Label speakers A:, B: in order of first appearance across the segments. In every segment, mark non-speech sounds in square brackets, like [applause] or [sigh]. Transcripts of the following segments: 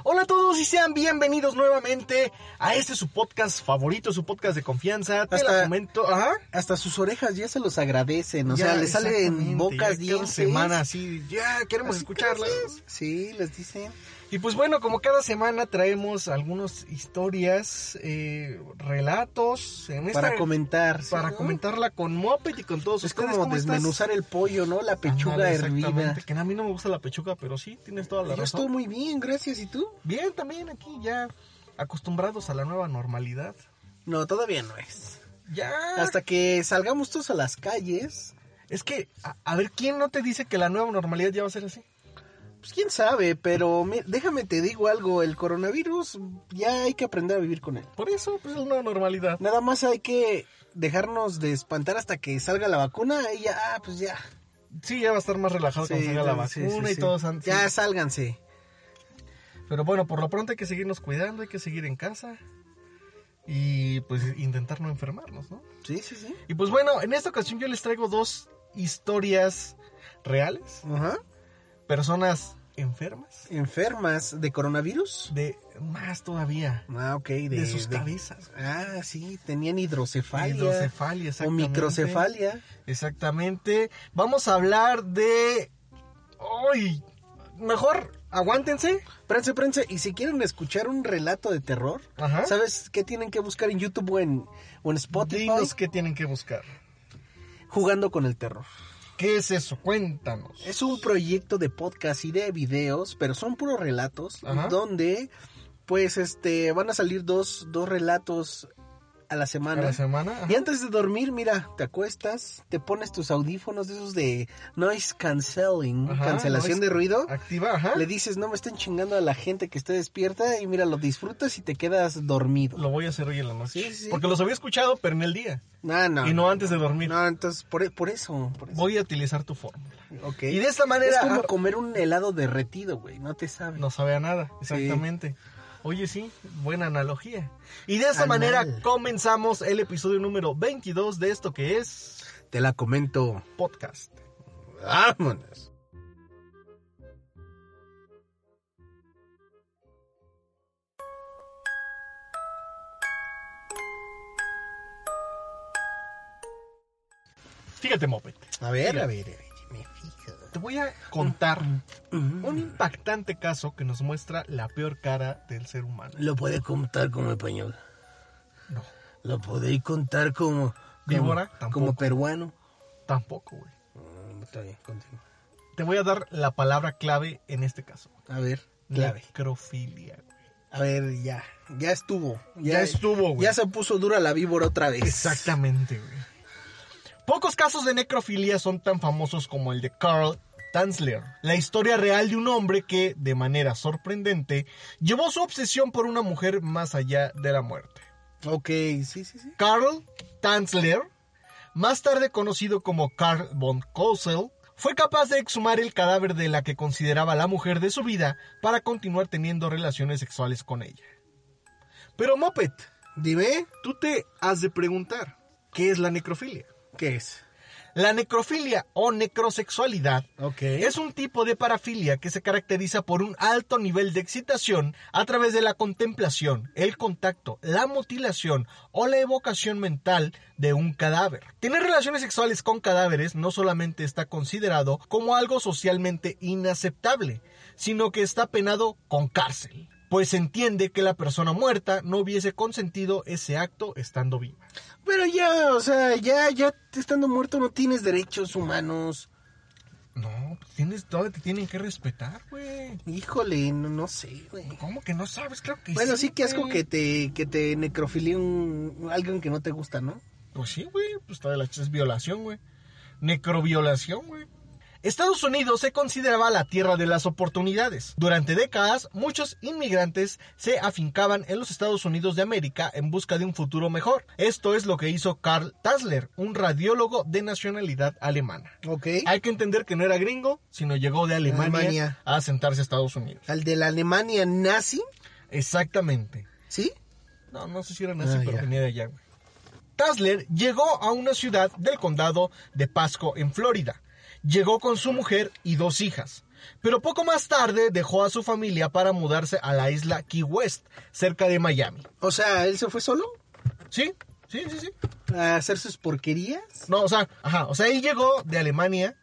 A: Hola a todos y sean bienvenidos nuevamente a este su podcast favorito, su podcast de confianza. Te
B: Hasta-
A: la comento. Ajá.
B: hasta sus orejas ya se los agradecen, o sea,
A: Ya,
B: les salen
A: exactamente,
B: bocas,
A: ya cada
B: dientes.
A: semana así, ya queremos
B: Así que
A: escucharlas.
B: sí, Sí, les dicen.
A: Y pues bueno, como cada semana traemos algunas historias, eh, relatos. En esta-
B: Para comentar. ¿sí,
A: Para
B: no?
A: comentarla con Moped y con todos
B: Es
A: ustedes.
B: como
A: ¿Cómo estás?
B: desmenuzar el pollo, ¿no? La pechuga
A: Ándale,
B: hervida.
A: exactamente, Que a mí no me gusta la pechuga, pero sí, tienes toda la
B: Yo
A: razón.
B: estoy muy bien, gracias. ¿Y tú?
A: Bien, también aquí ya acostumbrados a la nueva normalidad.
B: No, todavía no es.
A: Ya.
B: Hasta que salgamos todos a las calles,
A: Es que, a, a ver, ¿quién no te dice que la nueva normalidad ya va a ser así?
B: pues quién sabe, pero mi- déjame te digo algo, el coronavirus ya hay que aprender a vivir con él.
A: Por eso, pues es la nueva normalidad.
B: Nada más hay que dejarnos de espantar hasta que salga la vacuna y ya, ah, pues ya.
A: Sí, ya va a estar más relajado cuando
B: Sí,
A: salga la
B: sí,
A: vacuna
B: sí,
A: y
B: sí.
A: todos han-
B: Ya
A: sí.
B: sálganse.
A: Pero bueno, por lo pronto hay que seguirnos cuidando, hay que seguir en casa. Y pues intentar no enfermarnos, ¿no?
B: Sí, sí, sí.
A: Y pues bueno, en esta ocasión yo les traigo dos historias reales.
B: Ajá.
A: Personas enfermas.
B: Enfermas de coronavirus.
A: De más todavía.
B: Ah, ok. De,
A: De, sus
B: de-
A: cabezas.
B: Ah, sí, tenían hidrocefalia.
A: Hidrocefalia,
B: o
A: exactamente.
B: microcefalia.
A: Exactamente. Vamos a hablar de. ¡Ay! Mejor, aguántense.
B: Prense, prense. Y si quieren escuchar un relato de terror,
A: Ajá.
B: ¿sabes qué tienen que buscar en YouTube o en, o en Spotify?
A: Dinos qué tienen que buscar.
B: Jugando con el terror.
A: ¿Qué es eso? Cuéntanos.
B: Es un proyecto de podcast y de videos, pero son puros relatos,
A: Ajá.
B: donde pues este van a salir dos, dos relatos a la semana.
A: ¿A la semana? Ajá.
B: Y antes de dormir, mira, te acuestas, te pones tus audífonos de esos de noise canceling,
A: Ajá, ¿Ah?
B: cancelación
A: ¿no?
B: de ruido.
A: Activa, ajá.
B: Le dices, no me estén chingando a la gente que esté despierta y mira, lo disfrutas y te quedas dormido.
A: Lo voy a hacer hoy en la noche.
B: Sí, sí.
A: Porque los había escuchado, pero en el día.
B: No, no.
A: y no antes de dormir.
B: No, entonces, por, e, por eso. Por eso.
A: Voy a utilizar tu fórmula.
B: Ok.
A: Y de esta manera.
B: Es como
A: ah,
B: comer un helado derretido, güey, no te sabe.
A: No sabe a nada,
B: Sí.
A: exactamente. Oye, sí, buena analogía. Y de esta
B: Anal.
A: manera comenzamos el episodio número 22 de esto que es
B: Te la comento.
A: podcast.
B: Vámonos.
A: Fíjate, Moped.
B: A ver,
A: Mira.
B: a ver, a ver, me fijo.
A: Te voy a contar
B: Ujú.
A: un impactante caso que nos muestra la peor cara del ser humano.
B: Lo puede contar como español.
A: No,
B: Lo podéis contar como.
A: Víbora,
B: Como,
A: tampoco.
B: como peruano.
A: tampoco, güey.
B: Mm, Está bien, continúa.
A: Te voy a dar la palabra clave en este caso.
B: A ver, clave.
A: Necrofilia. güey.
B: A ver, ya. Ya estuvo.
A: Ya estuvo, güey.
B: Ya se puso dura la víbora otra vez.
A: Exactamente, güey. Pocos casos de necrofilia son tan famosos como el de Carl Tanzler, la historia real de un hombre que, de manera sorprendente, llevó su obsesión por una mujer más allá de la muerte.
B: Ok, sí, sí, sí.
A: Carl Tanzler, más tarde conocido como Carl von Kossel, fue capaz de exhumar el cadáver de la que consideraba la mujer de su vida para continuar teniendo relaciones sexuales con ella. Pero Moped,
B: Dime,
A: tú te has de preguntar, ¿qué es la necrofilia?
B: ¿qué es?
A: La necrofilia o necrosexualidad
B: Ok.
A: es un tipo de parafilia que se caracteriza por un alto nivel de excitación a través de la contemplación, el contacto, la mutilación o la evocación mental de un cadáver. Tener relaciones sexuales con cadáveres no solamente está considerado como algo socialmente inaceptable, sino que está penado con cárcel, pues se entiende que la persona muerta no hubiese consentido ese acto estando viva.
B: Pero ya, o sea, ya, ya estando muerto no tienes derechos humanos.
A: No, No, pues tienes, todavía te tienen que respetar, güey.
B: Híjole, no, no sé, güey.
A: ¿Cómo que no sabes? Claro que
B: Bueno, sí, que asco
A: güey.
B: que te, que te necrofilie un, alguien que no te gusta, ¿no?
A: Pues sí, güey, pues todavía la ch- es violación, güey. Necroviolación, güey. Estados Unidos se consideraba la tierra de las oportunidades. Durante décadas, muchos inmigrantes se afincaban en los Estados Unidos de América en busca de un futuro mejor. Esto es lo que hizo Karl Tassler, un radiólogo de nacionalidad alemana.
B: Ok.
A: Hay que entender que no era gringo, sino llegó de Alemania,
B: Alemania.
A: a sentarse a Estados Unidos.
B: Al de la Alemania nazi,
A: Exactamente.
B: ¿sí?
A: No, no sé si era nazi,
B: Ah,
A: pero
B: ya.
A: venía de allá, güey. Tassler llegó a una ciudad del condado de Pasco, en Florida. Llegó con su mujer y dos hijas. Pero poco más tarde dejó a su familia para mudarse a la isla Key West, cerca de Miami.
B: O sea, él se fue solo
A: ¿Sí? Sí, sí, sí.
B: a hacer sus porquerías.
A: No, o sea, ajá, o sea, él llegó de Alemania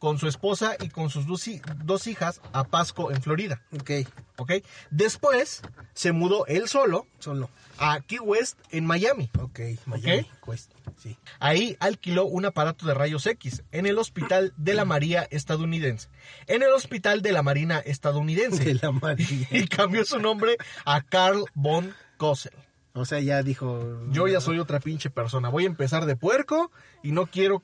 A: con su esposa y con sus dos hi- dos hijas a Pasco, en Florida.
B: Ok,
A: ¿Ok? Después se mudó él solo
B: solo.
A: a Key West, en Miami.
B: Ok, Miami, Quest, sí.
A: Ahí alquiló un aparato de rayos X en el Hospital de la María estadounidense. En el Hospital de la Marina
B: De
A: estadounidense.
B: la María.
A: Y cambió su nombre a Carl von Kossel.
B: O sea, ya dijo.
A: Yo ya soy otra pinche persona. Voy a empezar de puerco y no quiero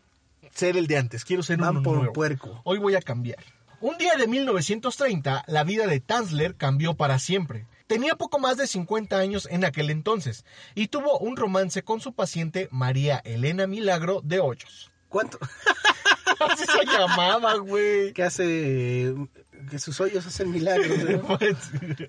A: ser el de antes. Quiero ser
B: Van
A: un
B: por
A: nuevo.
B: puerco.
A: Hoy voy a cambiar. Un día de 1930, la vida de Tanzler cambió para siempre. Tenía poco más de 50 años en aquel entonces y tuvo un romance con su paciente María Elena Milagro de Hoyos.
B: ¿Cuánto?
A: Así se llamaba, güey.
B: Que hace. eh, Que sus hoyos hacen milagros, ¿no?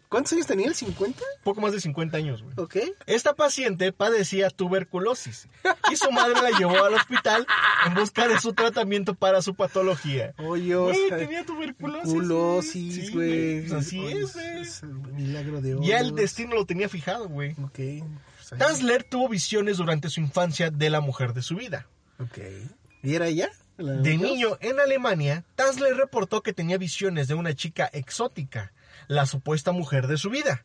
B: ¿Cuántos años tenía? ¿El 50?
A: [laughs] Poco más de 50 años, güey.
B: Ok.
A: Esta paciente padecía tuberculosis y su madre la llevó al hospital en busca de su tratamiento para su patología.
B: Hoyos.
A: Güey,
B: ja-
A: tenía tuberculosis. güey.
B: Culosis,
A: Sí,
B: güey.
A: pues así es,
B: Hoyos,
A: güey.
B: es el milagro de hoyos.
A: Ya el destino lo tenía fijado, güey.
B: Ok. pues ahí-
A: Tansler tuvo visiones durante su infancia de la mujer de su vida.
B: Ok. ¿Y era ya? ¿La
A: De
B: hoyos?
A: niño en Alemania, Tansler reportó que tenía visiones de una chica exótica, la supuesta mujer de su vida.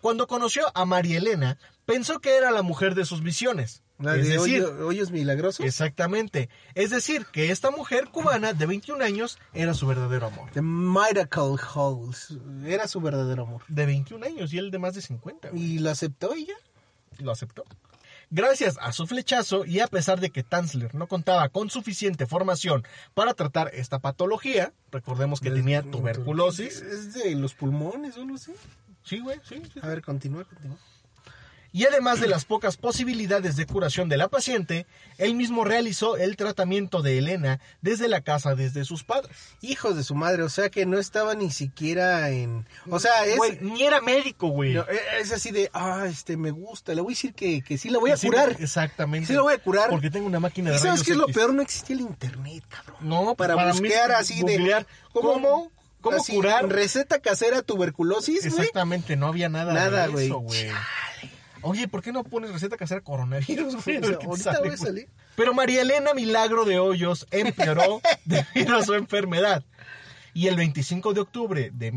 A: Cuando conoció a María Elena, pensó que era la mujer de sus visiones.
B: ¿La
A: es
B: de
A: decir,
B: hoyo- hoyos milagrosos?
A: exactamente. Es decir, que esta mujer cubana de 21 años era su verdadero amor.
B: The Miracle Halls. Era su verdadero amor.
A: De 21 años y él de más de 50. güey.
B: ¿Y lo aceptó ella?
A: lo aceptó. Gracias a su flechazo y a pesar de que Tanzler no contaba con suficiente formación para tratar esta patología, recordemos que tenía tuberculosis.
B: Es de los pulmones o algo así.
A: Sí, güey, sí, sí.
B: A ver, continúa, continúa.
A: Y además de las pocas posibilidades de curación de la paciente, él mismo realizó el tratamiento de Elena desde la casa desde sus padres.
B: Hijos de su madre, o sea que no estaba ni siquiera en... O sea, es...
A: Güey, ni era médico, güey.
B: no, es así de, ah, este, me gusta, le voy a decir que, que sí la voy a
A: Sí,
B: curar.
A: Exactamente.
B: Sí, lo voy a curar.
A: Porque tengo una máquina de
B: ¿Y sabes
A: rayos
B: qué es lo
A: X.
B: peor? No existía el internet, cabrón.
A: No,
B: Para,
A: mí
B: buscar así
A: googlear,
B: de...
A: ¿Cómo? ¿Cómo
B: así,
A: curar?
B: Receta casera tuberculosis, güey.
A: Exactamente, no había nada,
B: Nada,
A: de
B: güey.
A: eso, güey. Oye, ¿por qué no pones receta casera coronavirus? güey? A
B: O
A: ver
B: sea,
A: qué
B: ahorita
A: sale,
B: voy a
A: güey.
B: salir.
A: Pero María Elena Milagro de Hoyos
B: [laughs]
A: empeoró debido a su enfermedad. Y el 25 de octubre de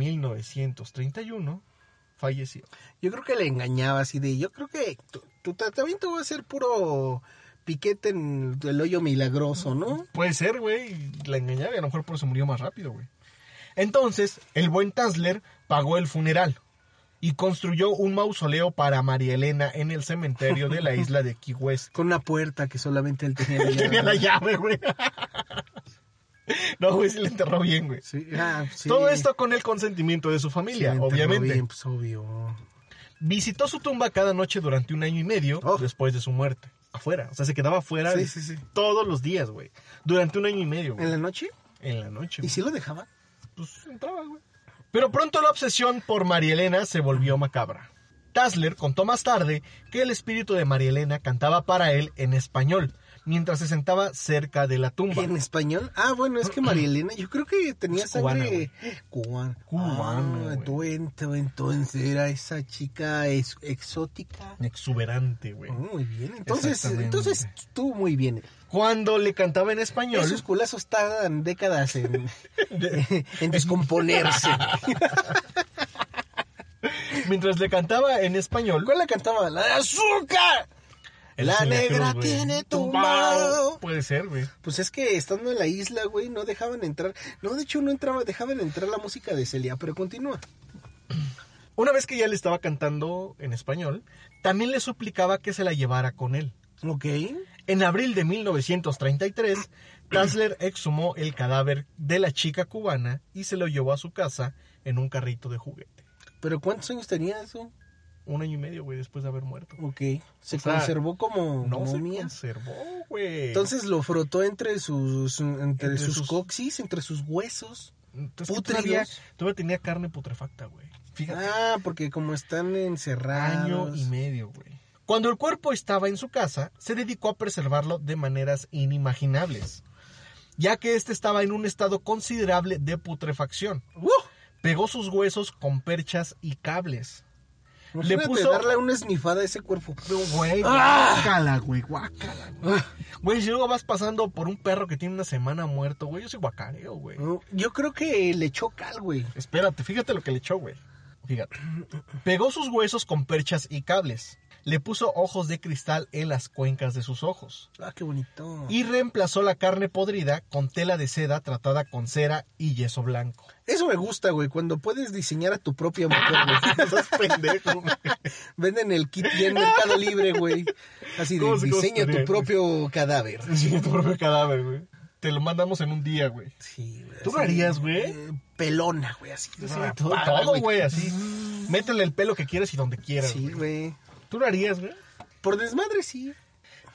A: 1931 falleció.
B: Yo creo que le engañaba así de, yo creo que tu, tu tratamiento va a ser puro piquete en el hoyo milagroso, ¿no?
A: Puede ser, güey, la engañaba y a lo mejor por eso murió más rápido, güey. Entonces, el buen Tansler pagó el funeral y construyó un mausoleo para María Elena en el cementerio de la isla de Key West.
B: Con una puerta que solamente él tenía.
A: [laughs] Tenía la llave, güey. No, güey, sí le enterró bien, güey.
B: Sí, ah, sí.
A: Todo esto con el consentimiento de su
B: Sí,
A: familia,
B: enterró
A: obviamente.
B: bien, pues, obvio.
A: Visitó su tumba cada noche durante un año y medio
B: Oh.
A: después de su muerte. Afuera, o sea, se quedaba afuera
B: Sí, sí, sí.
A: todos los días, güey. Durante un año y medio, güey.
B: ¿En la noche?
A: En la noche,
B: Eh, ¿Y
A: güey.
B: si lo dejaban?
A: Pues entraba, güey. Pero pronto la obsesión por María Elena se volvió macabra. Tassler contó más tarde que el espíritu de María Elena cantaba para él en español, mientras se sentaba cerca de la tumba.
B: ¿En español? Ah, bueno, es que María Elena, yo creo que tenía
A: Es cubana,
B: sangre cubana.
A: Cubana,
B: Ah,
A: güey.
B: entonces, entonces era esa chica ex- exótica.
A: Exuberante, güey.
B: Muy bien, entonces,
A: Exactamente.
B: entonces estuvo muy bien.
A: Cuando le cantaba en español,
B: Esos culazos tardan décadas en,
A: [laughs] de- [laughs]
B: en descomponerse.
A: mientras le cantaba en español,
B: ¿Cuál la cantaba? ¡La de azúcar!
A: El
B: La
A: Ceñacruz,
B: negra
A: güey.
B: tiene tumbado.
A: Puede ser, güey.
B: Pues es que estando en la isla, güey, no dejaban entrar. No, de hecho, no entraba, dejaban entrar la música de Celia, pero continúa.
A: Una vez que ya le estaba cantando en español, también le suplicaba que se la llevara con él.
B: Ok.
A: En abril de 1933, Tassler exhumó el cadáver de la chica cubana y se lo llevó a su casa en un carrito de juguete.
B: Pero ¿cuántos años tenía eso?
A: Un año y medio, güey, después de haber muerto.
B: Ok. Se
A: O sea,
B: conservó como
A: No se
B: momia.
A: conservó, güey.
B: Entonces lo frotó entre sus entre,
A: Entre
B: sus,
A: sus-
B: coxis, entre sus huesos.
A: Entonces,
B: putre
A: todavía,
B: Dios.
A: todavía tenía carne putrefacta, güey. Fíjate.
B: Ah, porque como están encerrados.
A: año y medio, güey. Cuando el cuerpo estaba en su casa, se dedicó a preservarlo de maneras inimaginables, ya que éste estaba en un estado considerable de putrefacción. Pegó sus huesos con perchas y cables.
B: Le puso
A: puso-
B: darle una esnifada a ese cuerpo.
A: Güey, guácala, güey, guácala, güey. Güey, si luego vas pasando por un perro que tiene una semana muerto, güey, yo soy guacareo, güey.
B: No, Yo creo que le echó cal, güey.
A: Espérate, fíjate lo que le echó, güey. Fíjate. Pegó sus huesos con perchas y cables. Le puso ojos de cristal en las cuencas de sus ojos.
B: Ah, qué bonito.
A: y reemplazó la carne podrida con tela de seda tratada con cera y yeso blanco.
B: Eso me gusta, güey, cuando puedes diseñar a tu propia mujer,
A: [laughs]
B: güey. [laughs] Estás pendejo, güey. Venden el kit ya en Mercado Libre, güey. Así de
A: ¿Cómo se- cómo
B: diseña tu
A: estaría?
B: propio cadáver.
A: Sí, tu propio cadáver, güey. Te lo mandamos en un día, güey.
B: Sí, güey.
A: ¿Tú
B: así,
A: lo harías, güey?
B: eh, Pelona, güey, así. "Ah, así,
A: Ah, todo,
B: todo,
A: güey, así. Métele el pelo que quieras y donde quieras.
B: Sí,
A: güey.
B: güey.
A: ¿Tú lo harías, güey?
B: Por desmadre, sí.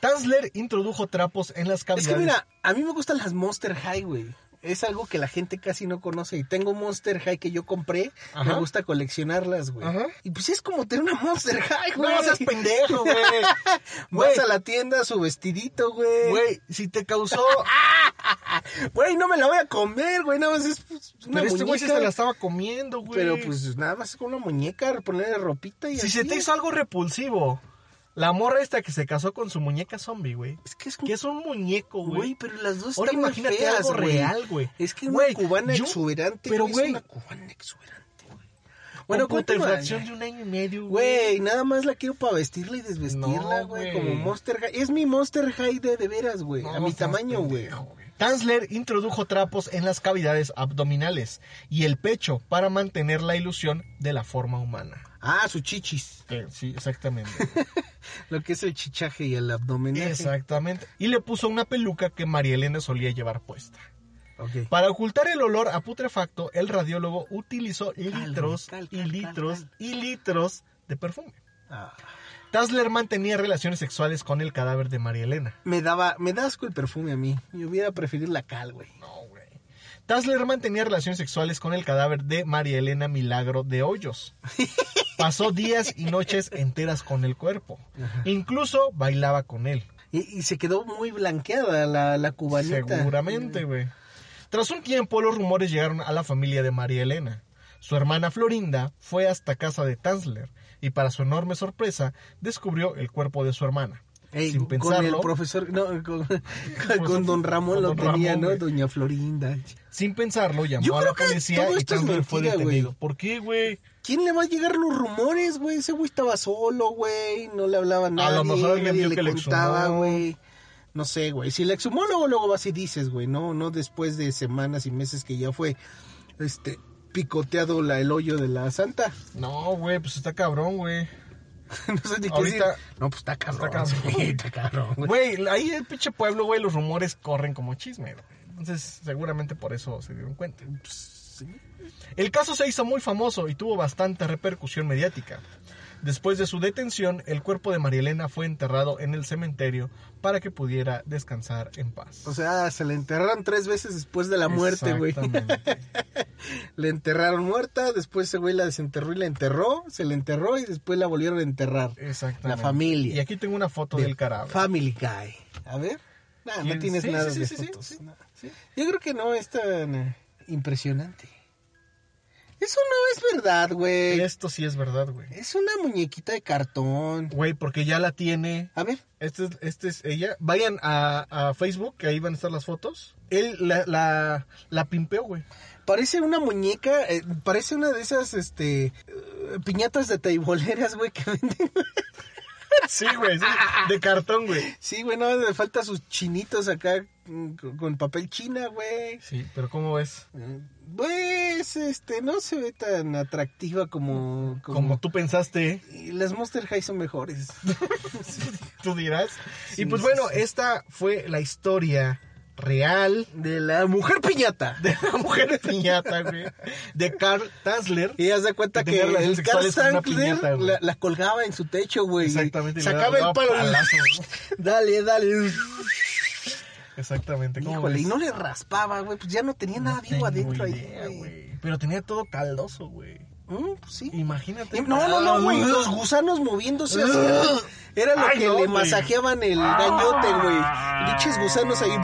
A: Tansler introdujo trapos en las
B: Es
A: cavidades.
B: que mira, a mí me gustan las Monster High, güey. Es algo que la gente casi no conoce. Y tengo Monster High que yo compré.
A: Ajá.
B: Me gusta coleccionarlas, güey.
A: Ajá.
B: Y pues es como tener una Monster High, güey.
A: No seas pendejo, güey.
B: [laughs] Vas
A: Güey.
B: a la tienda, su vestidito, güey.
A: Güey, si te causó...
B: Ah, Güey, no me la voy a comer, güey. Nada más es pues, una
A: Pero este güey sí
B: muñeca.
A: se la estaba comiendo, güey.
B: Pero pues nada más es con una muñeca, ponerle ropita y
A: Si
B: así.
A: se te hizo algo repulsivo, la morra esta que se casó con su muñeca zombie, güey.
B: Es que es
A: Que es un muñeco,
B: Güey,
A: güey.
B: pero las dos
A: Ahora
B: están muy
A: imagínate
B: feas,
A: algo
B: güey.
A: real, güey.
B: Es que una
A: Güey,
B: cubana
A: yo-
B: exuberante,
A: pero,
B: Es
A: güey.
B: una cubana exuberante, güey. Bueno,
A: con
B: continúa,
A: putrefacción
B: güey.
A: de un año y medio,
B: Güey, nada más la quiero para vestirla y desvestirla,
A: No, güey.
B: güey. Como Monster High. Es mi Monster High de, de veras, güey. a mi tamaño, güey.
A: Tansler introdujo trapos en las cavidades abdominales y el pecho para mantener la ilusión de la forma humana.
B: Ah, su chichis.
A: sí,
B: [laughs]
A: exactamente.
B: Lo que es el chichaje y el abdomen.
A: exactamente. Y le puso una peluca que María Elena solía llevar puesta.
B: Ok.
A: Para ocultar el olor a putrefacto, el radiólogo utilizó litros
B: cal,
A: y
B: cal,
A: litros
B: cal,
A: y litros de perfume.
B: Ah.
A: Tansler mantenía relaciones sexuales con el cadáver de María Elena.
B: Me daba, me da asco el perfume a mí. Yo hubiera preferido la cal, güey.
A: No, güey. Tassler mantenía relaciones sexuales con el cadáver de María Elena Milagro de Hoyos.
B: [laughs]
A: Pasó días y noches enteras con el cuerpo. Incluso bailaba con él.
B: Y, y se quedó muy blanqueada la, la cubanita.
A: Seguramente, güey. Tras un tiempo, los rumores llegaron a la familia de María Elena. Su hermana Florinda fue hasta casa de Tansler y, para su enorme sorpresa, descubrió el cuerpo de su hermana.
B: Ey,
A: Sin
B: con el
A: pensarlo,
B: profesor, no, con,
A: [laughs]
B: con don Ramón
A: Con
B: lo
A: don
B: tenía,
A: Ramón,
B: ¿no?
A: güey.
B: Doña Florinda.
A: sin pensarlo,
B: Yo
A: llamó a
B: creo
A: la
B: que
A: policía
B: todo
A: y
B: esto es
A: Tansler fue
B: mentira, güey.
A: detenido. ¿Por qué, güey?
B: ¿Quién le va a llegar los rumores, güey? Ese güey estaba solo, güey. No le hablaba
A: lo
B: nadie.
A: mejor alguien
B: nadie
A: vio
B: le
A: que le
B: contaba,
A: exhumó.
B: güey. No sé, güey. Si le exhumó, luego, luego vas y dices, güey. No, no después de semanas y meses que ya fue, este, picoteado la, el hoyo de la santa.
A: No, güey, pues está cabrón, güey.
B: [laughs] no sé ni qué decir.
A: Ahorita-
B: No, pues está cabrón.
A: cabrón.
B: [laughs] güey, Está cabrón, güey.
A: Güey, ahí el pinche pueblo, güey, los rumores corren como chisme. güey. Entonces, seguramente por eso se dieron cuenta.
B: Pues,
A: El caso se hizo muy famoso y tuvo bastante repercusión mediática. Después de su detención, el cuerpo de María Elena fue enterrado en el cementerio para que pudiera descansar en paz.
B: O sea, se le enterraron tres veces después de la muerte, güey. [laughs]
A: Exactamente.
B: Le enterraron muerta, después ese güey la desenterró y la enterró, se la enterró y después la volvieron a enterrar.
A: Exactamente.
B: La familia.
A: Y aquí tengo una foto
B: De
A: del cadáver.
B: Family Guy. A ver. Nah, no
A: ¿Quién?
B: tienes
A: Sí,
B: nada
A: sí, sí,
B: de
A: sí, sí,
B: fotos,
A: sí,
B: no.
A: sí.
B: Yo creo que no es tan eh, impresionante. Eso no es verdad, güey. Es...
A: Esto sí es verdad, güey.
B: una muñequita de cartón.
A: Güey, porque ya la tiene
B: A ver.
A: Este es, este es ella. Vayan a, a Facebook, que ahí van a estar las fotos. Él la, la, la pimpeó, güey.
B: [laughs] Parece una muñeca, eh, parece [laughs] una de esas, este, eh, piñatas de taiboleras, güey, que venden.
A: Sí, güey, sí, de cartón, güey.
B: Sí, güey, no le falta sus chinitos acá mm, con, con papel china, güey.
A: Sí, pero ¿cómo ves?
B: Eh, Pues, este, no se ve tan atractiva como...
A: Como, tú pensaste, ¿eh?
B: Y Las Monster High son mejores.
A: tú dirás.
B: Sí,
A: y pues
B: sí,
A: bueno,
B: sí.
A: esta fue la historia real [laughs]
B: De la mujer piñata.
A: de la mujer piñata, güey, de Carl Tansler.
B: [laughs] Y haz de cuenta
A: Que
B: que
A: tenía relaciones
B: el Carl
A: sexuales con una
B: Sankler
A: piñata, güey.
B: la, la colgaba en su techo, güey. y
A: Exactamente. y le
B: Sacaba
A: daba
B: el palo.
A: palazo, güey.
B: [laughs] Dale, dale.
A: Exactamente. ¿cómo
B: Híjole,
A: ves?
B: y no le raspaba, güey. Pues ya no tenía
A: No
B: nada vivo
A: tengo
B: adentro
A: idea,
B: ahí, güey.
A: güey. Pero tenía todo caldoso, güey.
B: Mm, pues sí.
A: Imagínate. Ah,
B: No, no, no, güey. Los gusanos
A: [laughs]
B: moviéndose hacia. Era lo
A: Ay,
B: que
A: no,
B: le
A: güey.
B: masajeaban el gañote, güey. Diches gusanos ahí.
A: [laughs]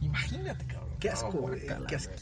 A: Imagínate, cabrón.
B: Qué asco, güey. Qué asco.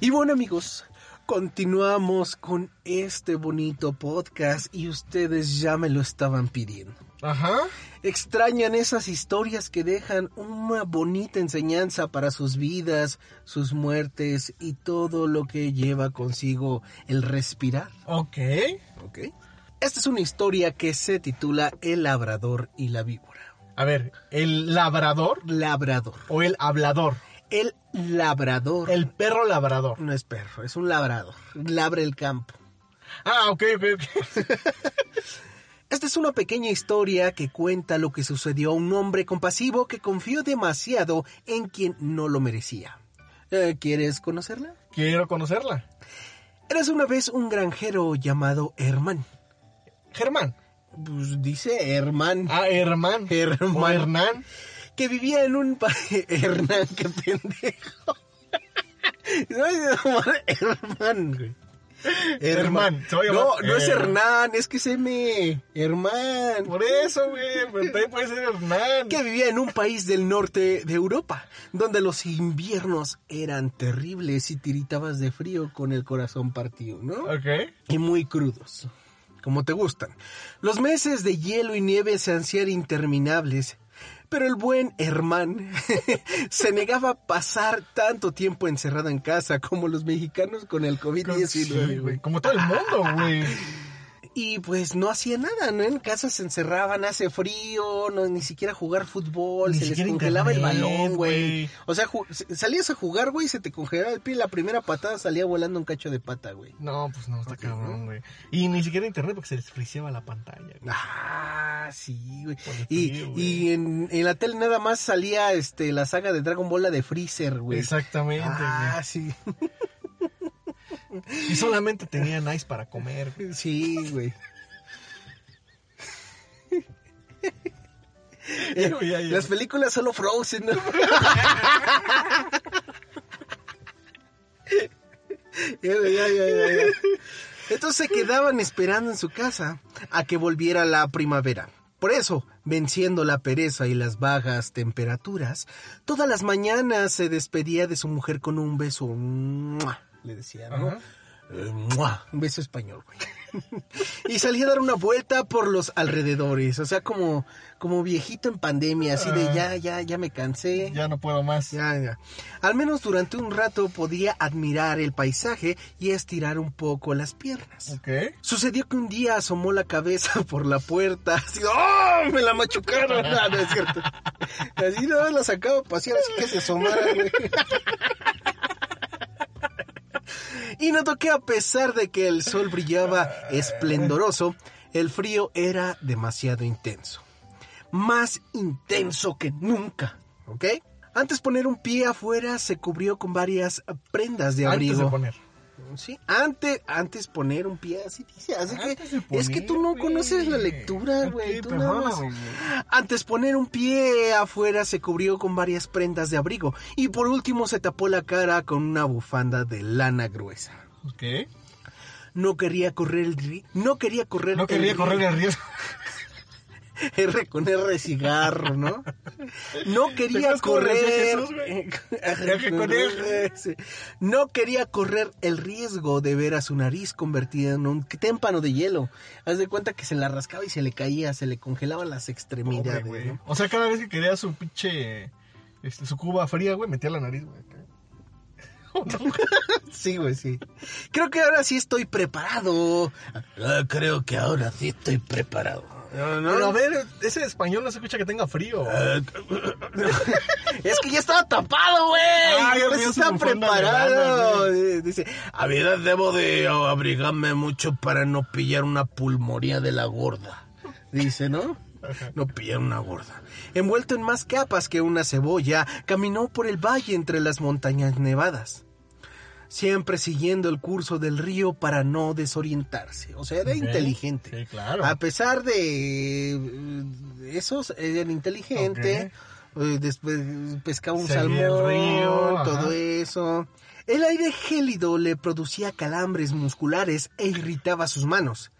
B: Y bueno, amigos, continuamos con este bonito podcast y ustedes ya me lo estaban pidiendo.
A: Ajá.
B: Extrañan esas historias que dejan una bonita enseñanza para sus vidas, sus muertes y todo lo que lleva consigo el respirar,
A: Ok.
B: ¿ok? Esta es una historia que se titula El labrador y la víbora.
A: A ver, ¿el labrador
B: Labrador.
A: o el hablador?
B: El labrador.
A: El perro labrador.
B: No es perro, es un labrador. Labra el campo.
A: Ah, ok, ok, ok.
B: Esta es una pequeña historia que cuenta lo que sucedió a un hombre compasivo que confió demasiado en quien no lo merecía. Eh, ¿Quieres conocerla?
A: Quiero conocerla.
B: Eras una vez un granjero llamado Herman.
A: Germán.
B: Pues dice Herman.
A: Ah, Herman.
B: [laughs] Herman.
A: O Hernán.
B: Que vivía en un pa- [laughs] Hernán, qué pendejo. [laughs] No es Herman, güey.
A: Herman, se va a
B: No,
A: llamar
B: no es
A: Her-
B: Hernán, es que se me. Herman.
A: Por eso, güey. Pero también puede ser Hernán.
B: que vivía en un país del norte de Europa, donde los inviernos eran terribles y tiritabas de frío con el corazón partido, ¿no?
A: Ok.
B: Y muy crudos, como te gustan. Los meses de hielo y nieve se hacían interminables, pero el buen Herman [laughs] se negaba a pasar tanto tiempo encerrado en casa como los mexicanos con el
A: Sí,
B: COVID-19, güey.
A: güey. Como todo el mundo, güey.
B: Y pues no hacía nada, ¿no? En casa se encerraban, hace frío, no, ni siquiera jugar fútbol,
A: Ni
B: se les
A: siquiera
B: congelaba el
A: internet,
B: balón,
A: güey.
B: güey. O sea, ju- s- salías a jugar, güey, y se te congelaba el pie, y la primera patada salía volando un cacho de pata, güey.
A: No, pues no, está
B: Ok,
A: cabrón, güey. Y ni siquiera internet porque se les friseaba la pantalla, güey.
B: Ah, sí, güey.
A: Por el
B: Y,
A: frío, güey.
B: y en, en la tele nada más salía este la saga de Dragon Ball la de Freezer, güey.
A: Exactamente,
B: Ah, sí. [laughs]
A: güey. Y solamente tenían ice para comer, güey.
B: Sí, güey.
A: Hijo, [laughs] ya, ya.
B: Las películas solo Frozen, ¿no?
A: [laughs]
B: Ya, ya, ya, ya, ya. Entonces se quedaban esperando en su casa a que volviera la primavera. Por eso, venciendo la pereza y las bajas temperaturas, todas las mañanas se despedía de su mujer con un beso. ¡mua! Le decía, ¿no?
A: Ajá.
B: Eh, ¡mua! Un beso español, güey. [laughs] y salía a dar una vuelta por los alrededores. O sea, como, como viejito en pandemia, así de
A: Ah.
B: ya, ya, ya me cansé.
A: Ya no puedo más.
B: Ya, ya. Al menos durante un rato podía admirar el paisaje y estirar un poco las piernas.
A: Ok.
B: Sucedió que un día asomó la cabeza [laughs] por la puerta, así, ¡oh! Me la machucaron, no, no es cierto. Así nada más la sacaba a pasear, así que se asomara, güey. Y notó que a pesar de que el sol brillaba esplendoroso, el frío era demasiado intenso. Más intenso que nunca, ¿ok? Antes poner un pie afuera se cubrió con varias prendas de abrigo.
A: Antes de poner.
B: Sí, antes, antes poner un pie así dice. Así
A: Antes
B: que
A: de poner,
B: es que tú no
A: pues güey.
B: conoces la lectura,
A: Ok,
B: güey. tú nada más-
A: perdóname,
B: Antes poner un pie afuera se cubrió con varias prendas de abrigo y por último se tapó la cara con una bufanda de lana gruesa.
A: güey. Ok.
B: No quería correr el ri- no quería correr
A: No
B: el [laughs]
A: quería
B: ri-
A: correr el riesgo.
B: R con R de
A: [laughs]
B: cigarro, ¿no? No quería
A: acuerdas cómo le decía
B: correr. Eh,
A: Jesús, R con R.
B: Sí. No quería correr el riesgo de ver a su nariz convertida en un témpano de hielo. Haz de cuenta que se la rascaba y se le caía, se le congelaban las
A: Pobre,
B: extremidades.
A: güey.
B: ¿no?
A: O sea, cada vez que quería su pinche. este, su cuba fría, güey, metía la nariz, güey.
B: Sí, güey, sí. Creo que ahora sí estoy preparado. Ah, creo que ahora sí estoy preparado. No, no,
A: Pero a ver, ese español no se escucha que tenga frío.
B: Ah, [laughs] es que ya estaba tapado, güey.
A: Ay, Dios
B: Por
A: mío,
B: eso
A: Ah, su
B: está
A: bufanda
B: preparado. eh,
A: de
B: Dice, a mi edad debo de abrigarme mucho para no pillar una pulmonía de la gorda. Dice, ¿no? No pillar una gorda. Envuelto en más capas que una cebolla, caminó por el valle entre las montañas nevadas. Siempre siguiendo el curso del río para no desorientarse. O sea, era
A: Ok,
B: inteligente. Ah,
A: sí, claro.
B: A pesar de eh, esos eran inteligente, eh, después pescaba un
A: Seguía el
B: salmón,
A: río, ajá.
B: todo eso. El aire gélido le producía calambres musculares e irritaba sus manos.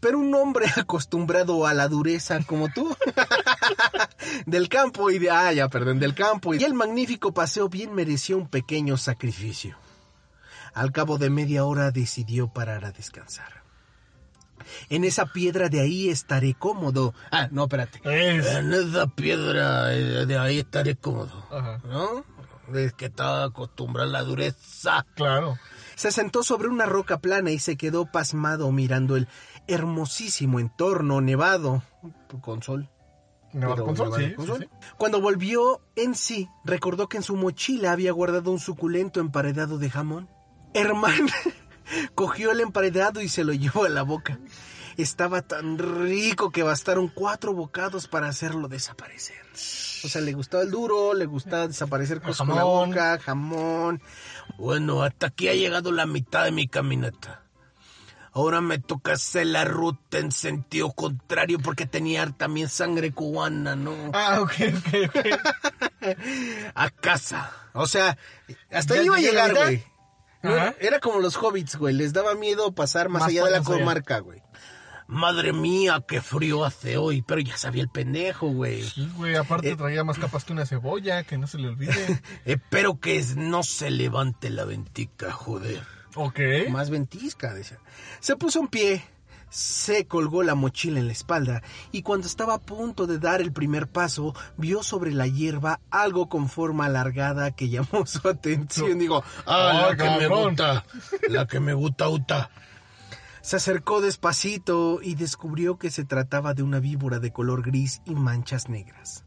B: Pero un hombre [laughs] acostumbrado a la dureza como tú, del campo y de, ah, ya, perdón, del campo y el magnífico paseo bien mereció un pequeño sacrificio. Al cabo de media hora decidió parar a descansar. En esa piedra de ahí estaré cómodo. Ah, no, espérate.
A: Es-
B: En esa piedra eh, de ahí estaré cómodo.
A: Ajá.
B: ¿No? Es que estaba acostumbrado a la dureza.
A: Claro.
B: Se sentó sobre una roca plana y se quedó pasmado mirando el hermosísimo entorno nevado con sol.
A: Nevado
B: Pero
A: con sol,
B: nevado
A: sí,
B: con
A: sí,
B: sol.
A: sí.
B: Cuando volvió en sí, recordó que en su mochila había guardado un suculento emparedado de jamón. Herman [laughs] cogió el emparedado y se lo llevó a la boca. Estaba tan rico que bastaron cuatro bocados para hacerlo desaparecer. O sea, le gustaba el duro, le gustaba desaparecer cosas con la
A: jamón.
B: boca, jamón. Bueno, hasta aquí ha llegado la mitad de mi caminata. Ahora me toca hacer la ruta en sentido contrario porque tenía también sangre cubana, ¿no?
A: Ah, ok, ok, ok.
B: A casa. O sea, hasta
A: Ya
B: ahí iba a
A: llegué a la
B: llegar,
A: mitad.
B: güey. No,
A: Ajá.
B: Era como los hobbits, güey. Les daba miedo pasar más,
A: Más
B: allá de la
A: para allá.
B: comarca, güey. Madre mía, qué frío hace hoy. Pero ya sabía el pendejo, güey.
A: Sí, güey, aparte
B: Eh.
A: traía más capas que una cebolla, que no se le
B: [laughs]
A: olvide.
B: Espero que es- no se levante la ventica, joder.
A: Ok.
B: Más ventisca, decía. Se puso en pie, se colgó la mochila en la espalda y cuando estaba a punto de dar el primer paso, vio sobre la hierba algo con forma alargada que llamó su atención. Digo,
A: Ah, cabrón".
B: la que me gusta, Uta. Se acercó despacito y descubrió que se trataba de una víbora de color gris y manchas negras.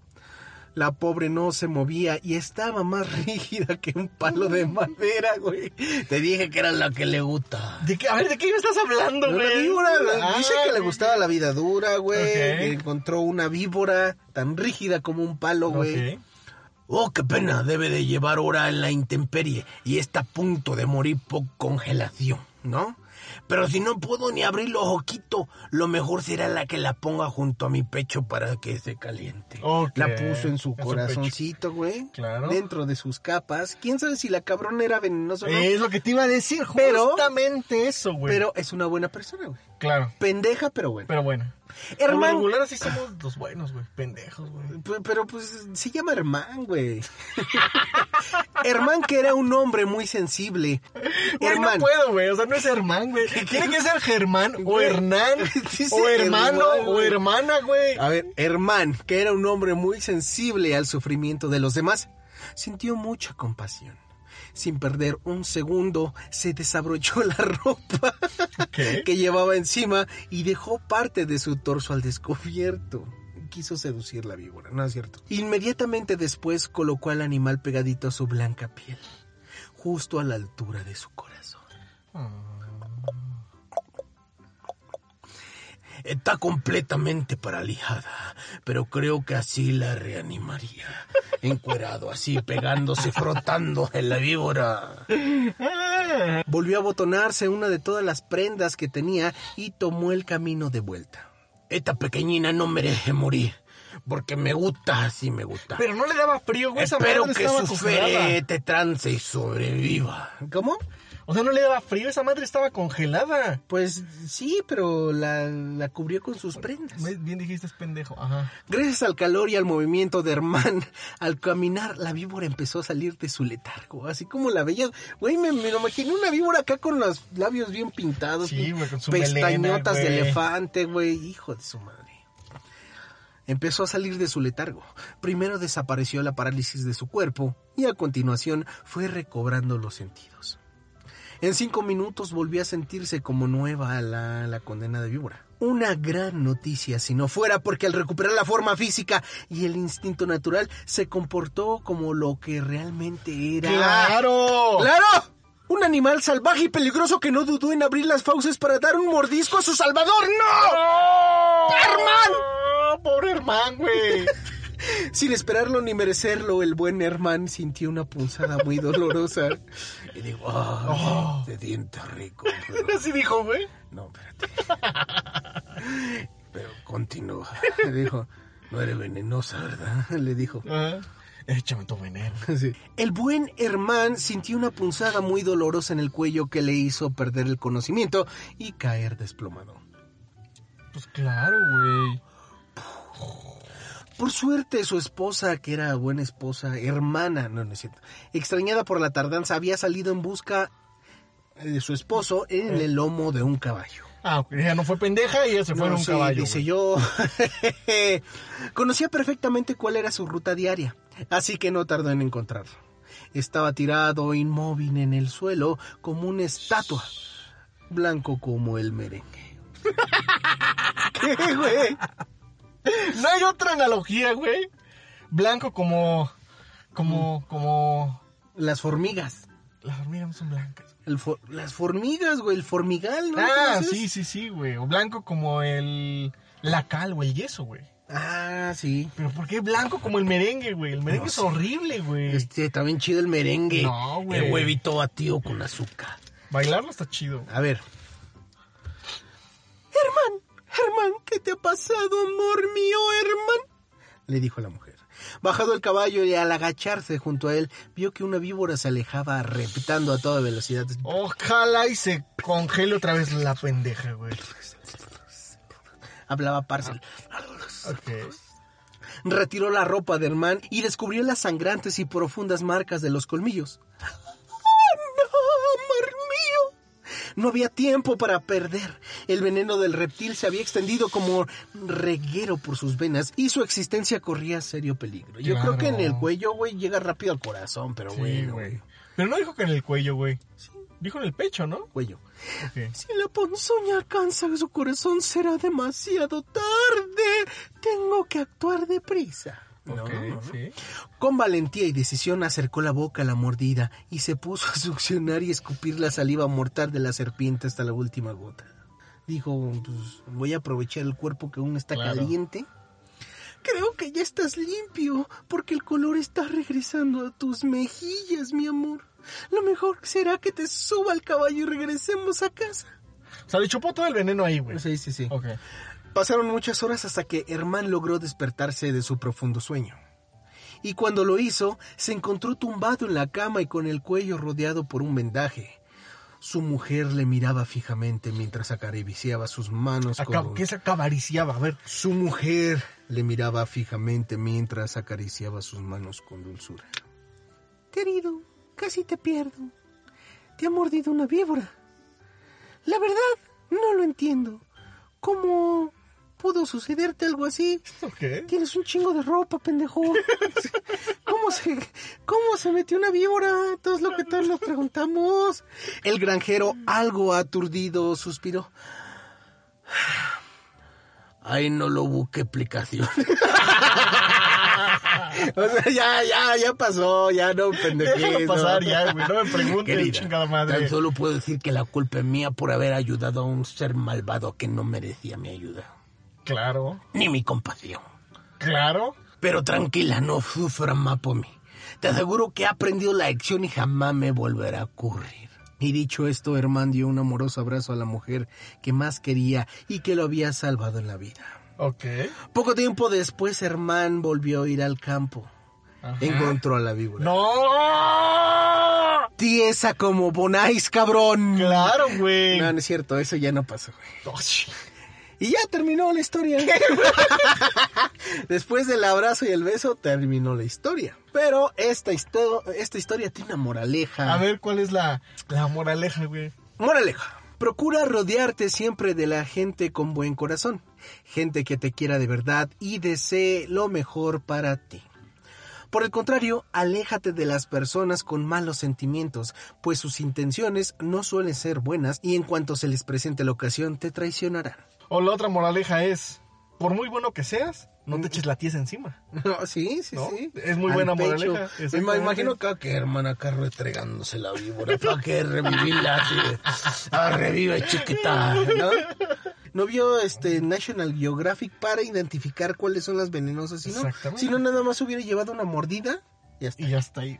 B: La pobre no se movía y estaba más [laughs] rígida que un palo de madera, güey. Te dije que era la que le gusta.
A: ¿De qué- a ver, ¿de qué me estás hablando,
B: Una
A: güey?
B: víbora,
A: Ah,
B: dice que le gustaba la vida dura, güey.
A: Ok.
B: que encontró una víbora tan rígida como un palo,
A: ok.
B: güey. Oh, qué pena, debe de llevar hora en la intemperie y está a punto de morir por congelación, ¿no? Pero si no puedo ni abrir los ojitos, lo mejor será la que la ponga junto a mi pecho para que se caliente.
A: Ok,
B: La puso en su
A: en su
B: corazoncito, güey.
A: Claro.
B: Dentro de sus capas. ¿Quién sabe si la cabrona era venenosa o no?
A: Es lo que te iba a decir,
B: Pero-
A: justamente eso, güey.
B: pero es una buena persona, güey.
A: Claro,
B: Pendeja, pero bueno.
A: pero bueno. Por lo
B: Hermano.
A: regular así somos los buenos, güey. Pendejos, güey.
B: P- Pero pues se llama Herman, güey. [laughs] Herman que era un hombre muy sensible.
A: Güey, no
B: Herman.
A: puedo, güey. O sea, no es Germán, güey. Tiene que ser Germán o
B: Güey.
A: Hernán
B: [laughs] Dice Ah,
A: o hermano
B: Germán,
A: o
B: güey.
A: hermana, güey.
B: A ver, Herman, que era un hombre muy sensible al sufrimiento de los demás, sintió mucha compasión. Sin perder un segundo, se desabrochó la [laughs] ropa
A: ¿Qué?
B: [laughs] que llevaba encima y dejó parte de su torso al descubierto. Quiso seducir la víbora, ¿no es cierto? Inmediatamente después colocó al animal pegadito a su blanca piel, justo a la altura de su corazón. Está completamente paralijada, pero creo que así la reanimaría. Encuerado, así, pegándose, frotando en la víbora. Volvió a botonarse una de todas las prendas que tenía y tomó el camino de vuelta. Esta pequeñina no merece morir. porque me gusta, sí me gusta.
A: Pero no le daba frío, güey. esa
B: Espero
A: madre
B: que
A: estaba
B: su
A: congelada.
B: te trance y sobreviva. ¿Cómo?
A: O sea, no le daba frío, esa madre estaba congelada.
B: Pues sí, pero la, la cubrió con sus prendas.
A: Me- Bien dijiste, es pendejo. Ajá.
B: Gracias al calor y al movimiento de Herman, [laughs] al caminar, la víbora empezó a salir de su letargo. Así como la veía. Güey, me, me lo imaginé una víbora acá con los labios bien pintados.
A: Sí, güey, con su
B: Pestañotas
A: melena,
B: de
A: güey.
B: elefante, güey. Hijo de su madre. Empezó a salir de su letargo. Primero desapareció la parálisis de su cuerpo y a continuación fue recobrando los sentidos. En cinco minutos volvió a sentirse como nueva la, la condena de víbora. Una gran noticia si no fuera porque al recuperar la forma física y el instinto natural se comportó como lo que realmente era.
A: ¡Claro!
B: ¡Claro! Un animal salvaje y peligroso que no dudó en abrir las fauces para dar un mordisco a su salvador. ¡No! ¡Herman!
A: ¡Ah, ¡Pobre Herman,
B: [laughs]
A: güey!
B: Sin esperarlo ni merecerlo, el buen Herman sintió una punzada muy dolorosa. Y digo, ¡ah! te diente rico! pero
A: Así dijo, güey.
B: No, espérate. Pero continúa. Le dijo, no eres venenosa, ¿verdad? Le dijo.
A: Ajá. Échame tu veneno.
B: Sí. El buen Herman sintió una punzada muy dolorosa en el cuello que le hizo perder el conocimiento y caer desplomado.
A: Pues claro, güey.
B: Por suerte, su esposa, que era buena esposa, hermana, no, no es cierto, extrañada por la tardanza, había salido en busca de su esposo en el lomo de un caballo.
A: Ah, ok, ella no fue pendeja y ella Eh. se fue en
B: No,
A: un
B: sí,
A: caballo.
B: Dice
A: güey.
B: yo. [laughs] Conocía perfectamente cuál era su ruta diaria, así que no tardó en encontrarlo. Estaba tirado inmóvil en el suelo como una estatua, blanco como el merengue. ¿Qué, güey?
A: [laughs] No hay otra analogía, güey. Blanco como. Como. Como.
B: Las formigas.
A: Las hormigas no son blancas.
B: El for- las formigas, güey, el formigal, ¿no?
A: Ah,
B: ¿Conoces?
A: sí, sí, sí, güey. O blanco como el. La cal o el yeso, güey.
B: Ah, sí.
A: Pero ¿por qué blanco como el merengue, güey? El merengue
B: No
A: es
B: sé.
A: horrible, güey.
B: Este, está bien chido el merengue.
A: No, güey.
B: El huevito batido con azúcar.
A: Bailarlo está chido.
B: A ver. Herman, Herman, ¿qué te ha pasado, amor mío, Herman? Le dijo la mujer. Bajado el caballo y al agacharse junto a él, vio que una víbora se alejaba repitando a toda velocidad.
A: Ojalá y se congele otra vez la pendeja, güey.
B: Hablaba Parcel.
A: Ok.
B: Retiró la ropa de Herman y descubrió las sangrantes y profundas marcas de los colmillos. ¡Ah, no, amor mío! No había tiempo para perder. El veneno del reptil se había extendido como reguero por sus venas y su existencia corría serio peligro. Yo creo que en
A: Claro.
B: el cuello, güey, llega rápido al corazón, pero
A: Sí,
B: bueno,
A: güey. Pero no dijo que en el cuello, güey. Dijo en el pecho, ¿no?
B: Cuello.
A: Ok.
B: Si la ponzoña alcanza su corazón será demasiado tarde. Tengo que actuar deprisa.
A: Ok,
B: No.
A: sí.
B: Con valentía y decisión acercó la boca a la mordida y se puso a succionar y escupir la saliva mortal de la serpiente hasta la última gota. Dijo, pues voy a aprovechar el cuerpo que aún está
A: Claro.
B: caliente. Creo que ya estás limpio, porque el color está regresando a tus mejillas, mi amor. Lo mejor será que te suba al caballo y regresemos a casa.
A: O sea, le chupó todo el veneno ahí, güey.
B: Sí, sí, sí.
A: Ok.
B: Pasaron muchas horas hasta que Herman logró despertarse de su profundo sueño. Y cuando lo hizo, se encontró tumbado en la cama y con el cuello rodeado por un vendaje. Su mujer le miraba fijamente mientras acariciaba sus manos
A: Acá,
B: con...
A: ¿Qué se acabariciaba? A ver.
B: Su mujer le miraba fijamente mientras acariciaba sus manos con dulzura. Querido, casi te pierdo. Te ha mordido una víbora. La verdad, no lo entiendo. ¿Cómo pudo sucederte algo así?
A: Ok.
B: Tienes un chingo de ropa, pendejo. ¿Cómo se, cómo se metió una víbora? Todo es lo que todos nos preguntamos. El granjero, algo aturdido, suspiró. Ay, no lo busque explicación. o sea, ya, ya, ya pasó, ya no, pendejo.
A: Déjalo pasar ya, güey. No me preguntes,
B: Querida,
A: chingada madre.
B: Tan solo puedo decir que la culpa es mía por haber ayudado a un ser malvado que no merecía mi ayuda,
A: Claro,
B: ni mi compasión.
A: claro.
B: Pero tranquila, no sufra más por mí. Te aseguro que he aprendido la lección y jamás me volverá a ocurrir. Y dicho esto, Herman dio un amoroso abrazo a la mujer que más quería y que lo había salvado en la vida.
A: Ok.
B: Poco tiempo después, Herman volvió a ir al campo. Encontró a la víbora.
A: ¡No!
B: Tiesa como Bonais, cabrón.
A: Claro, güey. Oh,
B: No, no es cierto, eso ya no pasó. güey. Y ya terminó la historia. [laughs] Después del abrazo y el beso, terminó la historia. Pero esta, histo- esta historia tiene una moraleja.
A: A ver, ¿cuál es la, la moraleja, güey?
B: Moraleja. Procura rodearte siempre de la gente con buen corazón, gente que te quiera de verdad y desee lo mejor para ti. Por el contrario, aléjate de las personas con malos sentimientos, pues sus intenciones no suelen ser buenas y en cuanto se les presente la ocasión te traicionarán.
A: O la otra moraleja es, por muy bueno que seas, no te eches la tiesa encima.
B: No, sí, sí,
A: ¿No?
B: sí.
A: Es muy
B: Al
A: buena
B: pecho.
A: moraleja,
B: Me
A: exactamente.
B: imagino que, que hermana Carro entregándose la víbora para que revivirla. así de, Ah, revive, chiquita. ¿No? ¿No vio este National Geographic para identificar cuáles son las venenosas? Si no,
A: Exactamente.
B: si no, nada más hubiera llevado una mordida y hasta
A: Y ya está ahí.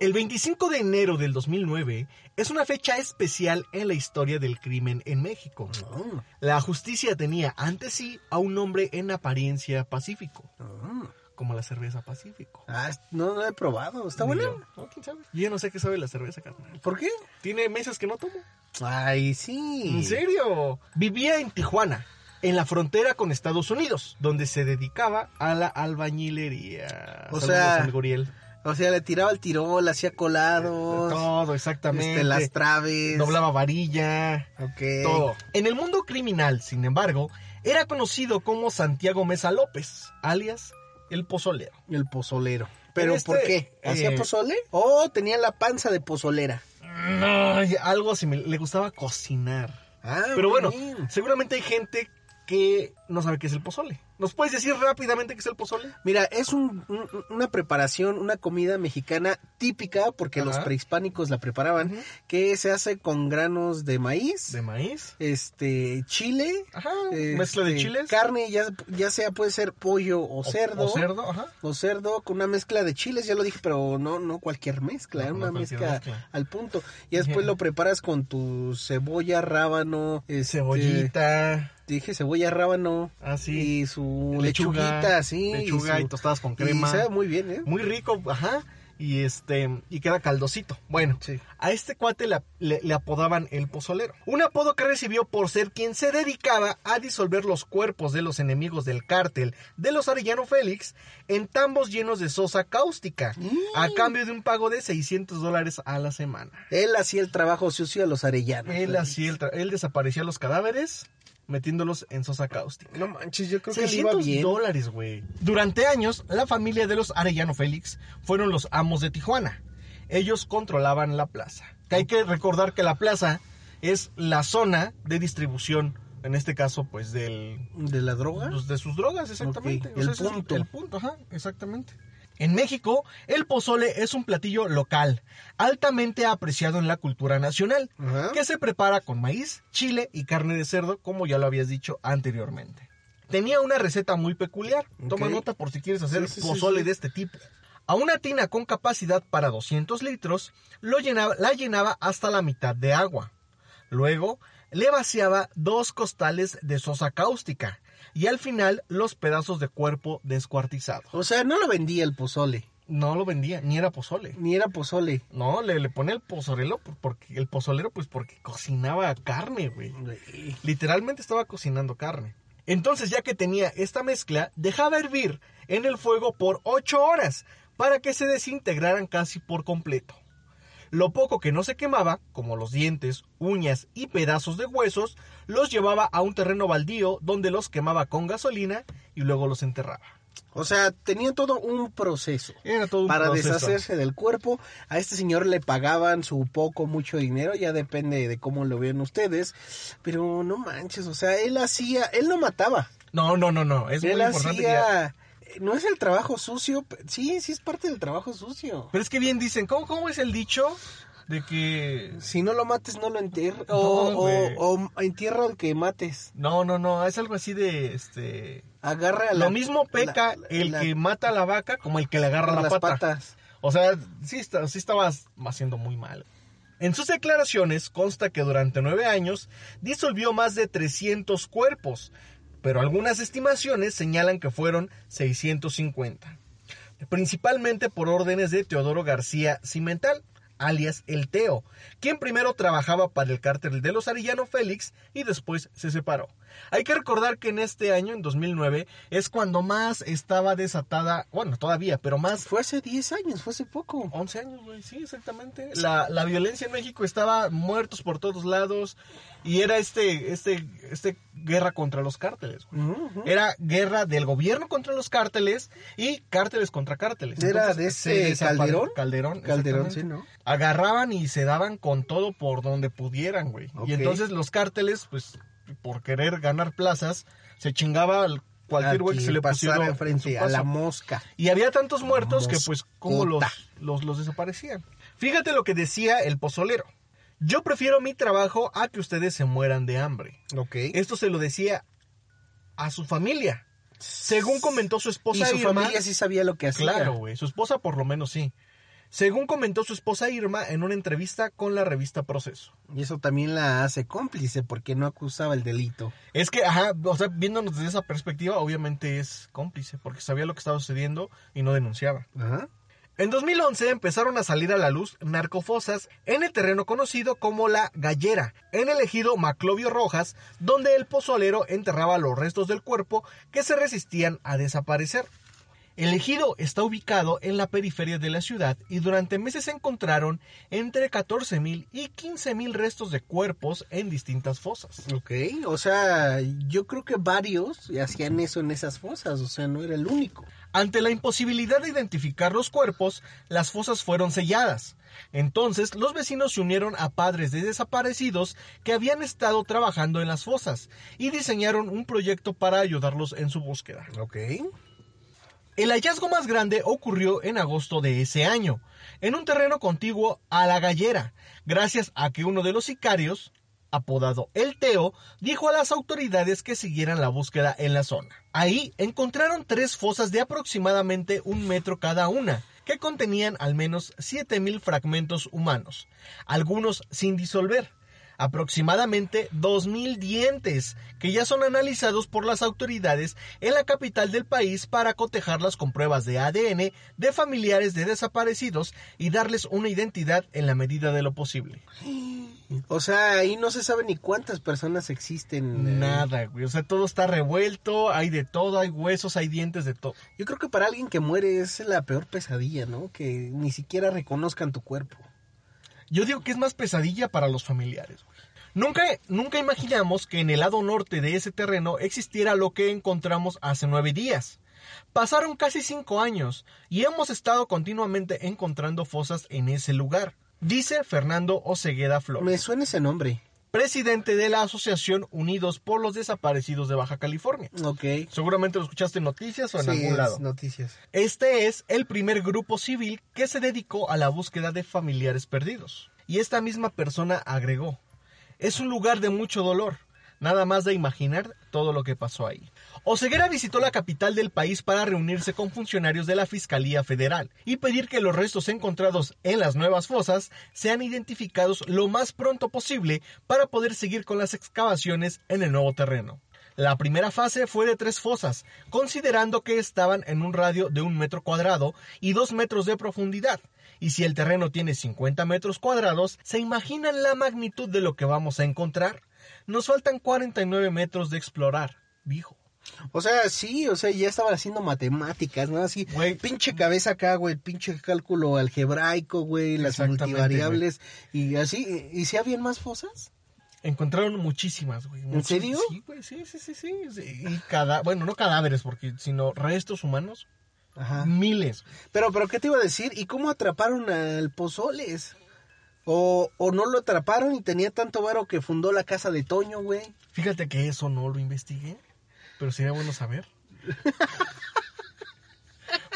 A: El 25 de enero del 2009 es una fecha especial en la historia del crimen en México.
B: Oh,
A: La justicia tenía ante sí a un hombre en apariencia pacífico,
B: oh.
A: como la cerveza pacífico.
B: Ah, no lo he probado. ¿Está
A: Ni
B: bueno?
A: yo. No, Oh, quién sabe. Yo ya no sé qué sabe la cerveza, carnal.
B: ¿Por qué?
A: Tiene meses que no tomo.
B: Ay, sí.
A: ¿En serio? Vivía en Tijuana, en la frontera con Estados Unidos, donde se dedicaba a la albañilería.
B: O
A: Saludos,
B: sea,
A: amigo Uriel.
B: O sea, le tiraba el tirol, hacía colados,
A: todo exactamente.
B: este, las Eh. traves.
A: Doblaba varilla.
B: Ok.
A: Todo. En el mundo criminal, sin embargo, era conocido como Santiago Mesa López, alias el pozolero.
B: El pozolero. ¿Pero
A: Este,
B: por qué? ¿Hacía
A: eh,
B: pozole? ¿O tenía la panza de pozolera?
A: Ay, algo así, le gustaba cocinar.
B: Ah,
A: Pero
B: muy
A: bueno,
B: bien.
A: seguramente hay gente que no sabe qué es el pozole. ¿Nos puedes decir rápidamente qué es el pozole?
B: Mira, es un- un- una preparación, una comida mexicana típica, porque los
A: Ajá.
B: prehispánicos la preparaban, que se hace con granos de maíz,
A: De maíz.
B: este, chile,
A: Ajá. mezcla de
B: este,
A: chiles.
B: carne, ya, ya sea puede ser pollo o, cerdo.
A: O cerdo, ajá.
B: o cerdo con una mezcla de chiles, ya lo dije, pero no, no cualquier mezcla,
A: No, no
B: una
A: cualquier
B: mezcla,
A: mezcla.
B: al punto. Y después
A: Ujú.
B: lo preparas con tu cebolla, rábano, este,
A: Cebollita.
B: Dije cebolla, rábano
A: Así.
B: y su lechuguita, sí.
A: Este, Lechuga
B: y,
A: y,
B: su-
A: tostadas con
B: y
A: crema.
B: sabe muy bien, ¿eh?
A: Muy rico, ajá. Y este, y queda caldosito. Bueno,
B: Sí.
A: a este cuate la- le, le apodaban el pozolero. Un apodo que recibió por ser quien se dedicaba a disolver los cuerpos de los enemigos del cártel de los Arellano Félix en tambos llenos de sosa cáustica, a cambio de un pago de 600 dólares a la semana.
B: Él hacía el trabajo sucio a los arellanos. ¿eh?
A: Él, hacía el tra- él desaparecía los cadáveres metiéndolos en sosa cáustica.
B: No manches, yo creo que le iba
A: 600
B: bien.
A: dólares, güey. Durante años, la familia de los Arellano Félix fueron los amos de Tijuana. Ellos controlaban la plaza. Que hay que recordar que la plaza es la zona de distribución, en este caso, pues del,
B: ¿De la droga?
A: pues, de sus drogas, exactamente.
B: Ok,
A: O
B: el
A: sea, ese es
B: punto.
A: El punto, ajá, exactamente. En México, el pozole es un platillo local, altamente apreciado en la cultura nacional,
B: Ajá.
A: que se prepara con maíz, chile y carne de cerdo, como ya lo habías dicho anteriormente. Tenía una receta muy peculiar. Toma
B: Ok.
A: nota por si quieres hacer
B: Sí, sí, sí,
A: pozole
B: sí.
A: de este tipo. A una tina con capacidad para 200 litros, lo llenaba- la llenaba hasta la mitad de agua. Luego, le vaciaba dos costales de sosa cáustica y al final los pedazos de cuerpo descuartizado.
B: O sea, no lo vendía el pozole,
A: No lo vendía, ni era pozole.
B: ni era pozole.
A: No, le, le ponía el pozolero por- porque el pozolero pues porque cocinaba carne, güey. Literalmente estaba cocinando carne. Entonces, ya que tenía esta mezcla, dejaba hervir en el fuego por 8 horas para que se desintegraran casi por completo. Lo poco que no se quemaba, como los dientes, uñas y pedazos de huesos, los llevaba a un terreno baldío donde los quemaba con gasolina y luego los enterraba.
B: O sea, tenía todo un proceso.
A: Era todo un
B: para
A: proceso.
B: deshacerse del cuerpo. A este señor le pagaban su poco, mucho dinero, ya depende de cómo lo vean ustedes. Pero no manches, o sea, él hacía, él no mataba,
A: No, no, no, no, es
B: él
A: muy importante. que-
B: hacía... eh, No es el trabajo sucio, p- sí, sí es parte del trabajo sucio.
A: Pero es que bien dicen, ¿cómo, cómo es el dicho? de que...
B: Si no lo mates, no lo entierres. O,
A: No, güey.
B: o, o entierra al que mates.
A: No, no, no, es algo así de, este...
B: Agarra a la-
A: Lo mismo peca
B: la-
A: el
B: la-
A: que mata a la vaca como el que le agarra la
B: las
A: pata.
B: patas.
A: O sea, sí, está- sí estaba haciendo muy mal. En sus declaraciones consta que durante nueve años disolvió más de 300 cuerpos, pero algunas estimaciones señalan que fueron 650. Principalmente por órdenes de Teodoro García Cimental, alias El Teo, quien primero trabajaba para el cártel de los Arillano Félix y después se separó. Hay que recordar que en este año, en 2009, es cuando más estaba desatada, bueno, todavía, pero más
B: Fue hace 10 años, fue hace poco.
A: 11 años, güey, sí, exactamente. La, la violencia en México estaba muertos por todos lados y era este, este, este guerra contra los cárteles, güey.
B: Ujú.
A: Era guerra del gobierno contra los cárteles y cárteles contra cárteles.
B: Era de
A: se
B: este
A: desapare-
B: Calderón.
A: Calderón,
B: Calderón, sí,
A: exactamente.
B: ¿no?
A: Agarraban y se daban con todo por donde pudieran, güey.
B: Ok.
A: Y entonces los cárteles, pues, por querer ganar plazas, se chingaba al- cualquier güey que
B: Aquí
A: se le
B: pasara
A: pusiera en su
B: enfrente a
A: paso.
B: la mosca.
A: Y había tantos muertos que pues cómo los,
B: Moscota.
A: los, los desaparecían. Fíjate lo que decía el pozolero. Yo prefiero mi trabajo a que ustedes se mueran de hambre.
B: Ok.
A: Esto se lo decía a su familia. Según comentó su
B: y
A: esposa
B: su
A: Irma.
B: familia sí sabía lo que hacía.
A: claro, güey. Su esposa por lo menos sí. Según comentó su esposa Irma en una entrevista con la revista Proceso.
B: Y eso también la hace cómplice porque no acusaba el delito.
A: Es que, ajá, o sea, viéndonos desde esa perspectiva, obviamente es cómplice, porque sabía lo que estaba sucediendo y no denunciaba.
B: Ajá.
A: En 2011 empezaron a salir a la luz narcofosas en el terreno conocido como la Gallera, en el ejido Maclovio Rojas, donde el pozolero enterraba los restos del cuerpo que se resistían a desaparecer. El ejido está ubicado en la periferia de la ciudad y durante meses se encontraron entre 14.000 y 15.000 restos de cuerpos en distintas fosas.
B: Ok. O sea, yo creo que varios hacían eso en esas fosas. O sea, no era el único.
A: Ante la imposibilidad de identificar los cuerpos, las fosas fueron selladas. Entonces, los vecinos se unieron a padres de desaparecidos que habían estado trabajando en las fosas y diseñaron un proyecto para ayudarlos en su búsqueda.
B: Ok.
A: El hallazgo más grande ocurrió en agosto de ese año, en un terreno contiguo a la gallera, gracias a que uno de los sicarios, apodado El Teo, dijo a las autoridades que siguieran la búsqueda en la zona. Ahí encontraron tres fosas de aproximadamente un metro cada una, que contenían al menos 7.000 fragmentos humanos, algunos sin disolver aproximadamente 2.000 dientes que ya son analizados por las autoridades en la capital del país para cotejarlas con pruebas de ADN de familiares de desaparecidos y darles una identidad en la medida de lo posible.
B: O sea, ahí no se sabe ni cuántas personas existen. eh.
A: Nada, güey. O sea, todo está revuelto, hay de todo, hay huesos, hay dientes de todo.
B: Yo creo que para alguien que muere es la peor pesadilla, ¿no? Que ni siquiera reconozcan tu cuerpo.
A: Yo digo que es más pesadilla para los familiares. güey. Nunca, nunca imaginamos que en el lado norte de ese terreno existiera lo que encontramos hace nueve días. Pasaron casi cinco años y hemos estado continuamente encontrando fosas en ese lugar, dice Fernando Ocegueda Flores,
B: Me suena ese nombre.
A: presidente de la Asociación Unidos por los Desaparecidos de Baja California.
B: Ok.
A: Seguramente lo escuchaste en noticias o en
B: Sí,
A: algún
B: es
A: lado.
B: Noticias.
A: Este es el primer grupo civil que se dedicó a la búsqueda de familiares perdidos. Y esta misma persona agregó, es un lugar de mucho dolor, nada más de imaginar todo lo que pasó ahí. Oseguera visitó la capital del país para reunirse con funcionarios de la Fiscalía Federal y pedir que los restos encontrados en las nuevas fosas sean identificados lo más pronto posible para poder seguir con las excavaciones en el nuevo terreno. La primera fase fue de tres fosas, considerando que estaban en un radio de un metro cuadrado y dos metros de profundidad. Y si el terreno tiene 50 metros cuadrados, ¿se imaginan la magnitud de lo que vamos a encontrar? Nos faltan 49 metros de explorar, dijo.
B: O sea, sí, o sea, ya estaban haciendo matemáticas, ¿no? Así,
A: Güey.
B: pinche cabeza acá, güey, pinche cálculo algebraico, güey, las
A: Exactamente,
B: multivariables y así. ¿Y si habían más fosas?
A: Encontraron muchísimas, güey. muchísimas.
B: serio?
A: Sí, güey, sí, sí, sí, sí. sí. Y cada, bueno, no cadáveres, porque, sino restos humanos,
B: Ajá.
A: Mm. miles.
B: Pero, pero, ¿qué te iba a decir? ¿Y cómo atraparon al Pozoles? O, o no lo atraparon y tenía tanto varo que fundó la casa de Toño, güey.
A: Fíjate que eso no lo investigué, pero sería bueno saber.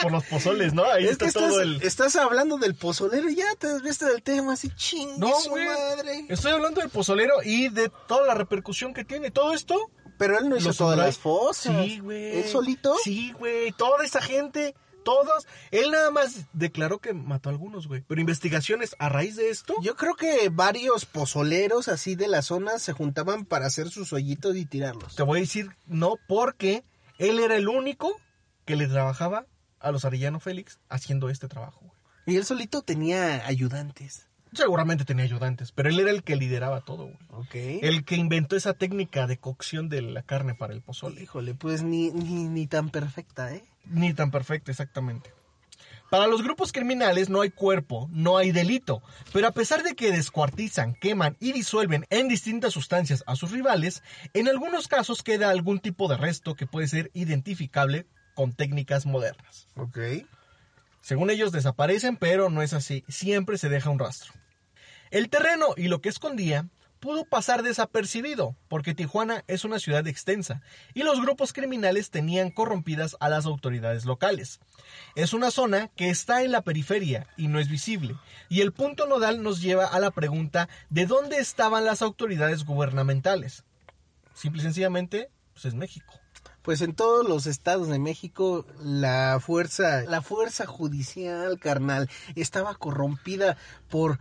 A: por los pozoles, ¿no? Ahí
B: es
A: está
B: que estás,
A: todo el.
B: estás hablando del pozolero y ya te desviste del tema así chingue
A: No,
B: su
A: güey.
B: madre.
A: Estoy hablando del pozolero y de toda la repercusión que tiene todo esto.
B: Pero él no hizo
A: Los
B: todas
A: samuráis.
B: las fosas.
A: Sí, güey.
B: ¿Él solito?
A: Sí, güey. Toda esta gente, todos. Él nada más declaró que mató a algunos, güey. Pero investigaciones a raíz de esto.
B: Yo creo que varios pozoleros así de la zona se juntaban para hacer sus hoyitos y tirarlos.
A: Te voy a decir no, porque él era el único que le trabajaba a los Arellano Félix haciendo este trabajo, güey.
B: Y él solito tenía ayudantes.
A: Seguramente tenía ayudantes, pero él era el que lideraba todo, güey.
B: Ok.
A: El que inventó esa técnica de cocción de la carne para el pozole.
B: Híjole, pues ni, ni, ni tan perfecta, ¿eh?
A: Ni tan perfecta, exactamente. Para los grupos criminales no hay cuerpo, no hay delito, pero a pesar de que descuartizan, queman y disuelven en distintas sustancias a sus rivales, en algunos casos queda algún tipo de resto que puede ser identificable con técnicas modernas.
B: Ok.
A: Según ellos desaparecen, pero no es así, siempre se deja un rastro. El terreno y lo que escondía pudo pasar desapercibido, porque Tijuana es una ciudad extensa y los grupos criminales tenían corrompidas a las autoridades locales. Es una zona que está en la periferia y no es visible, y el punto nodal nos lleva a la pregunta de dónde estaban las autoridades gubernamentales. Simple y sencillamente, pues es México.
B: Pues en todos los estados de México la fuerza, la fuerza judicial, carnal, estaba corrompida por,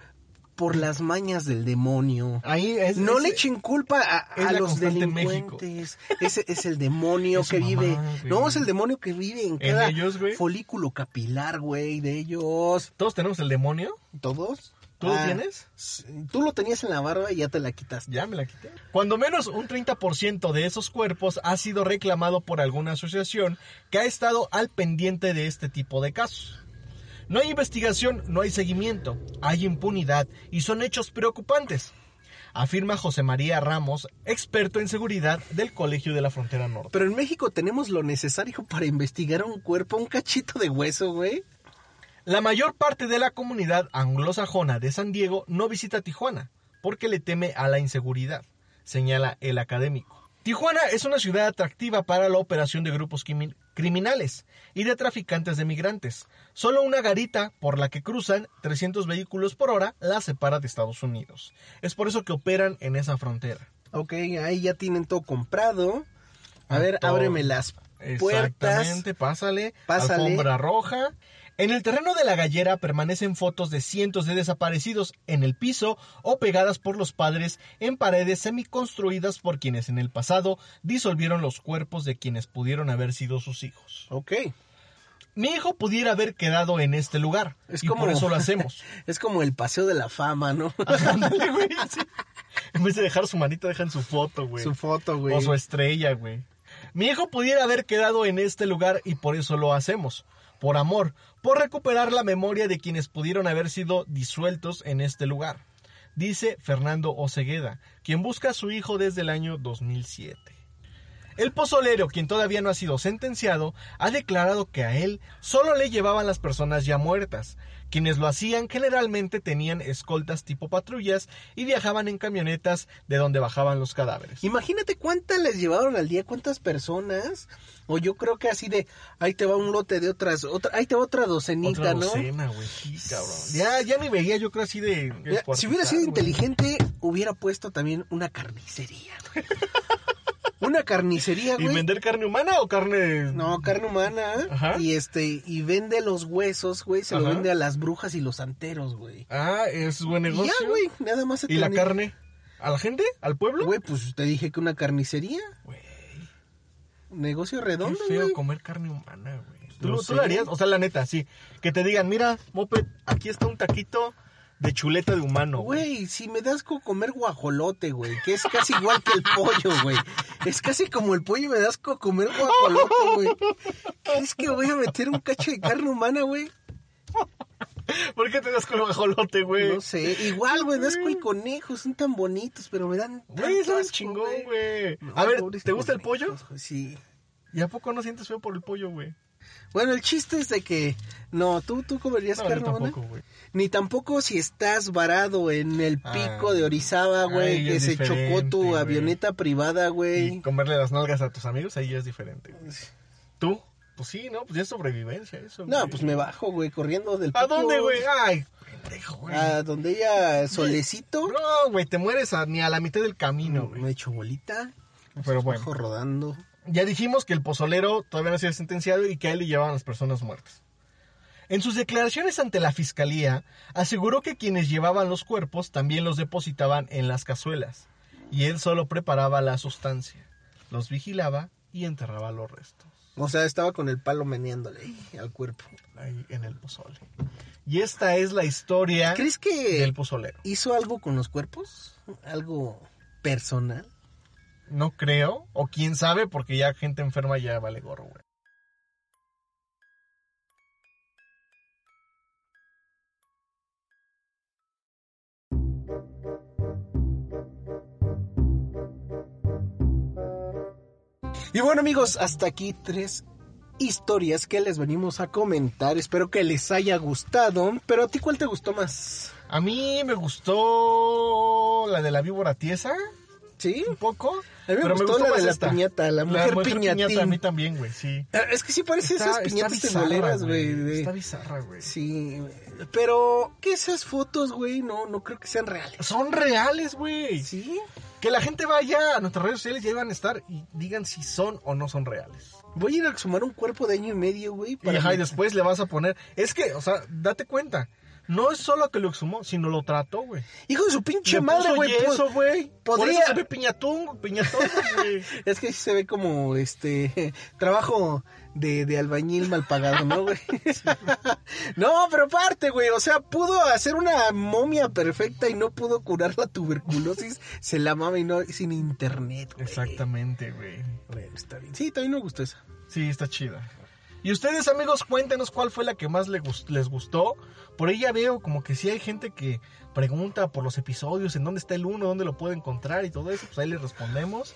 B: por las mañas del demonio.
A: Ahí es,
B: No
A: es-
B: le echen culpa a,
A: es
B: a
A: la
B: los
A: constante en México.
B: delincuentes. Ese es el
A: [laughs]
B: demonio
A: Es su
B: que
A: mamá,
B: vive.
A: güey.
B: No, es el demonio que vive en cada
A: ellos, güey?
B: folículo capilar, güey, de ellos.
A: todos tenemos el demonio.
B: ¿Todos?
A: ¿Tú lo
B: Ah,
A: tienes?
B: s- Tú lo tenías en la barba y ya te la quitaste.
A: Ya me la quité. Cuando menos un 30% de esos cuerpos ha sido reclamado por alguna asociación que ha estado al pendiente de este tipo de casos. No hay investigación, no hay seguimiento, hay impunidad y son hechos preocupantes, afirma José María Ramos, experto en seguridad del Colegio de la Frontera Norte.
B: Pero en México tenemos lo necesario [laughs] para investigar un cuerpo, un cachito de hueso, güey.
A: La mayor parte de la comunidad anglosajona de San Diego no visita Tijuana porque le teme a la inseguridad, señala el académico. Tijuana es una ciudad atractiva para la operación de grupos quimi- criminales y de traficantes de migrantes. Solo una garita por la que cruzan 300 vehículos por hora la separa de Estados Unidos. Es por eso que operan en esa frontera.
B: Ok, ahí ya tienen todo comprado. A
A: Ah,
B: ver,
A: todo.
B: ábreme las puertas.
A: Exactamente, pásale,
B: Pásale.
A: alfombra roja. En el terreno de la gallera permanecen fotos de cientos de desaparecidos en el piso o pegadas por los padres en paredes semiconstruidas por quienes en el pasado disolvieron los cuerpos de quienes pudieron haber sido sus hijos.
B: Ok.
A: Mi hijo pudiera haber quedado en este lugar
B: Es
A: y
B: como-
A: por eso lo
B: [laughs]
A: hacemos.
B: Es como el paseo de la fama, ¿no?
A: Ándale, güey, sí. En vez de dejar su manita, dejan su foto, güey.
B: [laughs] Su foto, güey.
A: O su estrella, güey. Mi hijo pudiera haber quedado en este lugar y por eso lo hacemos. Por amor, por recuperar la memoria de quienes pudieron haber sido disueltos en este lugar. Dice Fernando Ocegueda, quien busca a su hijo desde el año 2007. El pozolero, quien todavía no ha sido sentenciado, ha declarado que a él solo le llevaban las personas ya muertas. Quienes lo hacían generalmente tenían escoltas tipo patrullas y viajaban en camionetas de donde bajaban los cadáveres.
B: Imagínate cuántas les llevaron al día, cuántas personas. O yo creo que así de, ahí te va un lote de otras, otra, ahí te va otra docenita,
A: Otra
B: ¿no?
A: docena, güey. Sí, cabrón. Ya, ya ni veía, yo creo así de.
B: Ya, si hubiera sido inteligente, hubiera puesto también una carnicería. güey. una carnicería,
A: ¿Y
B: güey.
A: vender carne humana o carne.?
B: No, carne humana. ¿eh?
A: Ajá.
B: Y este, y vende los huesos, güey. Se lo
A: Ajá.
B: vende a las brujas y los santeros, güey.
A: Ah, es buen
B: Y
A: negocio.
B: ya, güey, nada más se
A: ¿Y la
B: termina.
A: carne? ¿A la gente? ¿Al pueblo?
B: Güey, pues te dije que una carnicería.
A: Güey,
B: Negocio
A: Qué
B: redondo,
A: feo
B: güey.
A: comer carne humana, güey. ¿Tú,
B: Lo
A: lo- tú lo
B: sé.
A: harías? O sea, la neta, sí. Que te digan, mira, Moped, aquí está un taquito de chuleta de humano. [laughs]
B: Güey, si me das con comer guajolote, güey, que es casi igual que el pollo, güey. Es casi como el pollo y me das con comer guajolote, güey. ¿Crees que voy a meter un cacho de carne humana, güey?
A: ¿Por qué te das con el guajolote, güey?
B: No sé. Igual, güey, das con conejos, son tan bonitos, pero me dan.
A: Güey,
B: tanto
A: saben
B: asco,
A: chingón, güey. A ver,
B: pobres
A: ¿te gusta el pollo?
B: conejos, güey, Sí.
A: ¿Y a poco no sientes feo por el pollo, güey?
B: Bueno, el chiste es de que. No, tú, tú comerías
A: No, yo
B: carne humana.
A: tampoco, güey.
B: Ni tampoco si estás varado en el pico
A: Ah.
B: de Orizaba, güey,
A: Ahí
B: que
A: es
B: se chocó tu
A: diferente, güey.
B: avioneta privada,
A: Y
B: güey.
A: comerle las nalgas a tus amigos, ahí ya es diferente, güey. ¿Tú? pues sí, ¿no? Pues ya es sobrevivencia eso.
B: No,
A: güey.
B: pues me bajo, güey, corriendo del
A: ¿A
B: pico.
A: dónde, güey? Ay, pendejo, güey.
B: A donde ella solecito.
A: No, güey, te mueres a- ni a la mitad del camino, güey.
B: Me he hecho bolita.
A: Pero
B: Bajo
A: bueno,
B: rodando.
A: ya dijimos que el pozolero todavía no ha sido sentenciado y que a él le llevaban las personas muertas. En sus declaraciones ante la fiscalía, aseguró que quienes llevaban los cuerpos también los depositaban en las cazuelas y él solo preparaba la sustancia, los vigilaba y enterraba los restos.
B: O sea, estaba con el palo meneándole ahí al cuerpo.
A: ahí en el pozole. Y esta es la historia
B: ¿Crees que
A: del pozolero.
B: hizo algo con los cuerpos? ¿Algo personal?
A: No creo, o quién sabe, porque ya gente enferma ya vale gorro, güey.
B: Y bueno amigos, hasta aquí tres historias que les venimos a comentar. Espero que les haya gustado. Pero a ti cuál te gustó más?
A: A mí me gustó la de la víbora tiesa,
B: ¿Sí?
A: un poco.
B: Mm. A mí me
A: pero
B: gustó la
A: más
B: de la
A: esta.
B: piñata, la mujer piñatín.
A: a mí también, güey, sí.
B: Eh, Es que sí parece esas piñatas
A: bizarra,
B: teboleras, güey. de-
A: Está bizarra, güey.
B: Sí, pero que esas fotos, güey, no, no creo que sean reales.
A: Son reales, güey.
B: ¿Sí?
A: Que la gente vaya a nuestras redes sociales y ahí van a estar y digan si son o no son reales.
B: Voy a ir a exhumar un cuerpo de año y medio, güey.
A: Y,
B: para
A: ajá, y
B: mi-
A: después le vas a poner. Es que, o sea, date cuenta. No es solo que lo exhumó, sino lo trató, güey.
B: Hijo de su pinche
A: Le
B: madre,
A: puso
B: güey. pues-
A: yeso, güey. Por
B: podría-
A: eso se ve piñatón, piñatón,
B: [laughs]
A: güey.
B: Es que sí se ve como este [laughs] trabajo de, de albañil mal pagado, ¿no, güey? [laughs] no, pero aparte, güey, o sea, pudo hacer una momia perfecta y no pudo curar la tuberculosis, se la mama y no sin internet, güey.
A: Exactamente, güey.
B: Bueno, está bien. Sí, también me gustó esa.
A: Sí, está chida. Y ustedes, amigos, cuéntenos cuál fue la que más le gus- les gustó. Por ahí ya veo como que sí hay gente que pregunta por los episodios, en dónde está el uno, dónde lo puede encontrar y todo eso. Pues ahí les respondemos.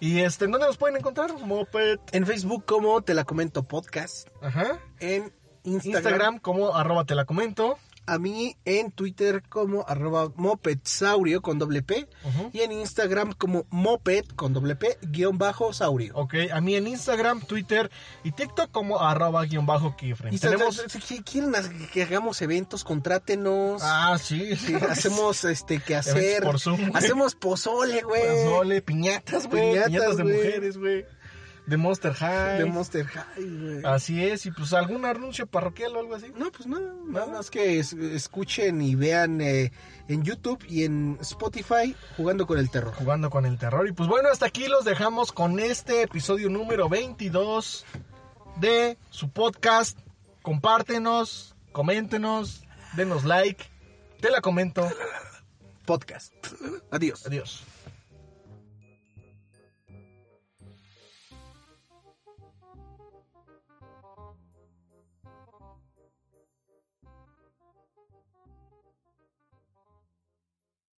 A: Y este, ¿en dónde nos pueden encontrar? Moped.
B: En Facebook como Te la comento podcast,
A: Ajá.
B: en
A: Instagram,
B: Instagram,
A: como arroba te la comento.
B: a mí en Twitter como arroba mopedsaurio con doble P
A: Ujú.
B: y en Instagram como moped con doble P guión bajo saurio.
A: Ok, a mí en Instagram, Twitter y TikTok como arroba guión bajo keyframe.
B: Y
A: Tenemos...
B: tenemos... si quieren haz- que hagamos eventos, contrátenos.
A: Ah, sí. [laughs]
B: [laughs] que hacemos este que hacer.
A: Eventos por Zoom, güey.
B: [laughs] hacemos pozole, güey.
A: Pozole, piñatas, güey. Piñatas,
B: Piñatas,
A: de
B: güey.
A: mujeres, güey. De Monster High.
B: De Monster High, güey.
A: Así es, y pues algún anuncio parroquial o algo así.
B: No, pues nada, nada más que es- escuchen y vean eh, en YouTube y en Spotify jugando con el terror.
A: Jugando con el terror. Y pues bueno, hasta aquí los dejamos con este episodio número 22 de su podcast. Compártenos, coméntenos, denos like. Te la comento.
B: Podcast. Adiós.
A: Adiós.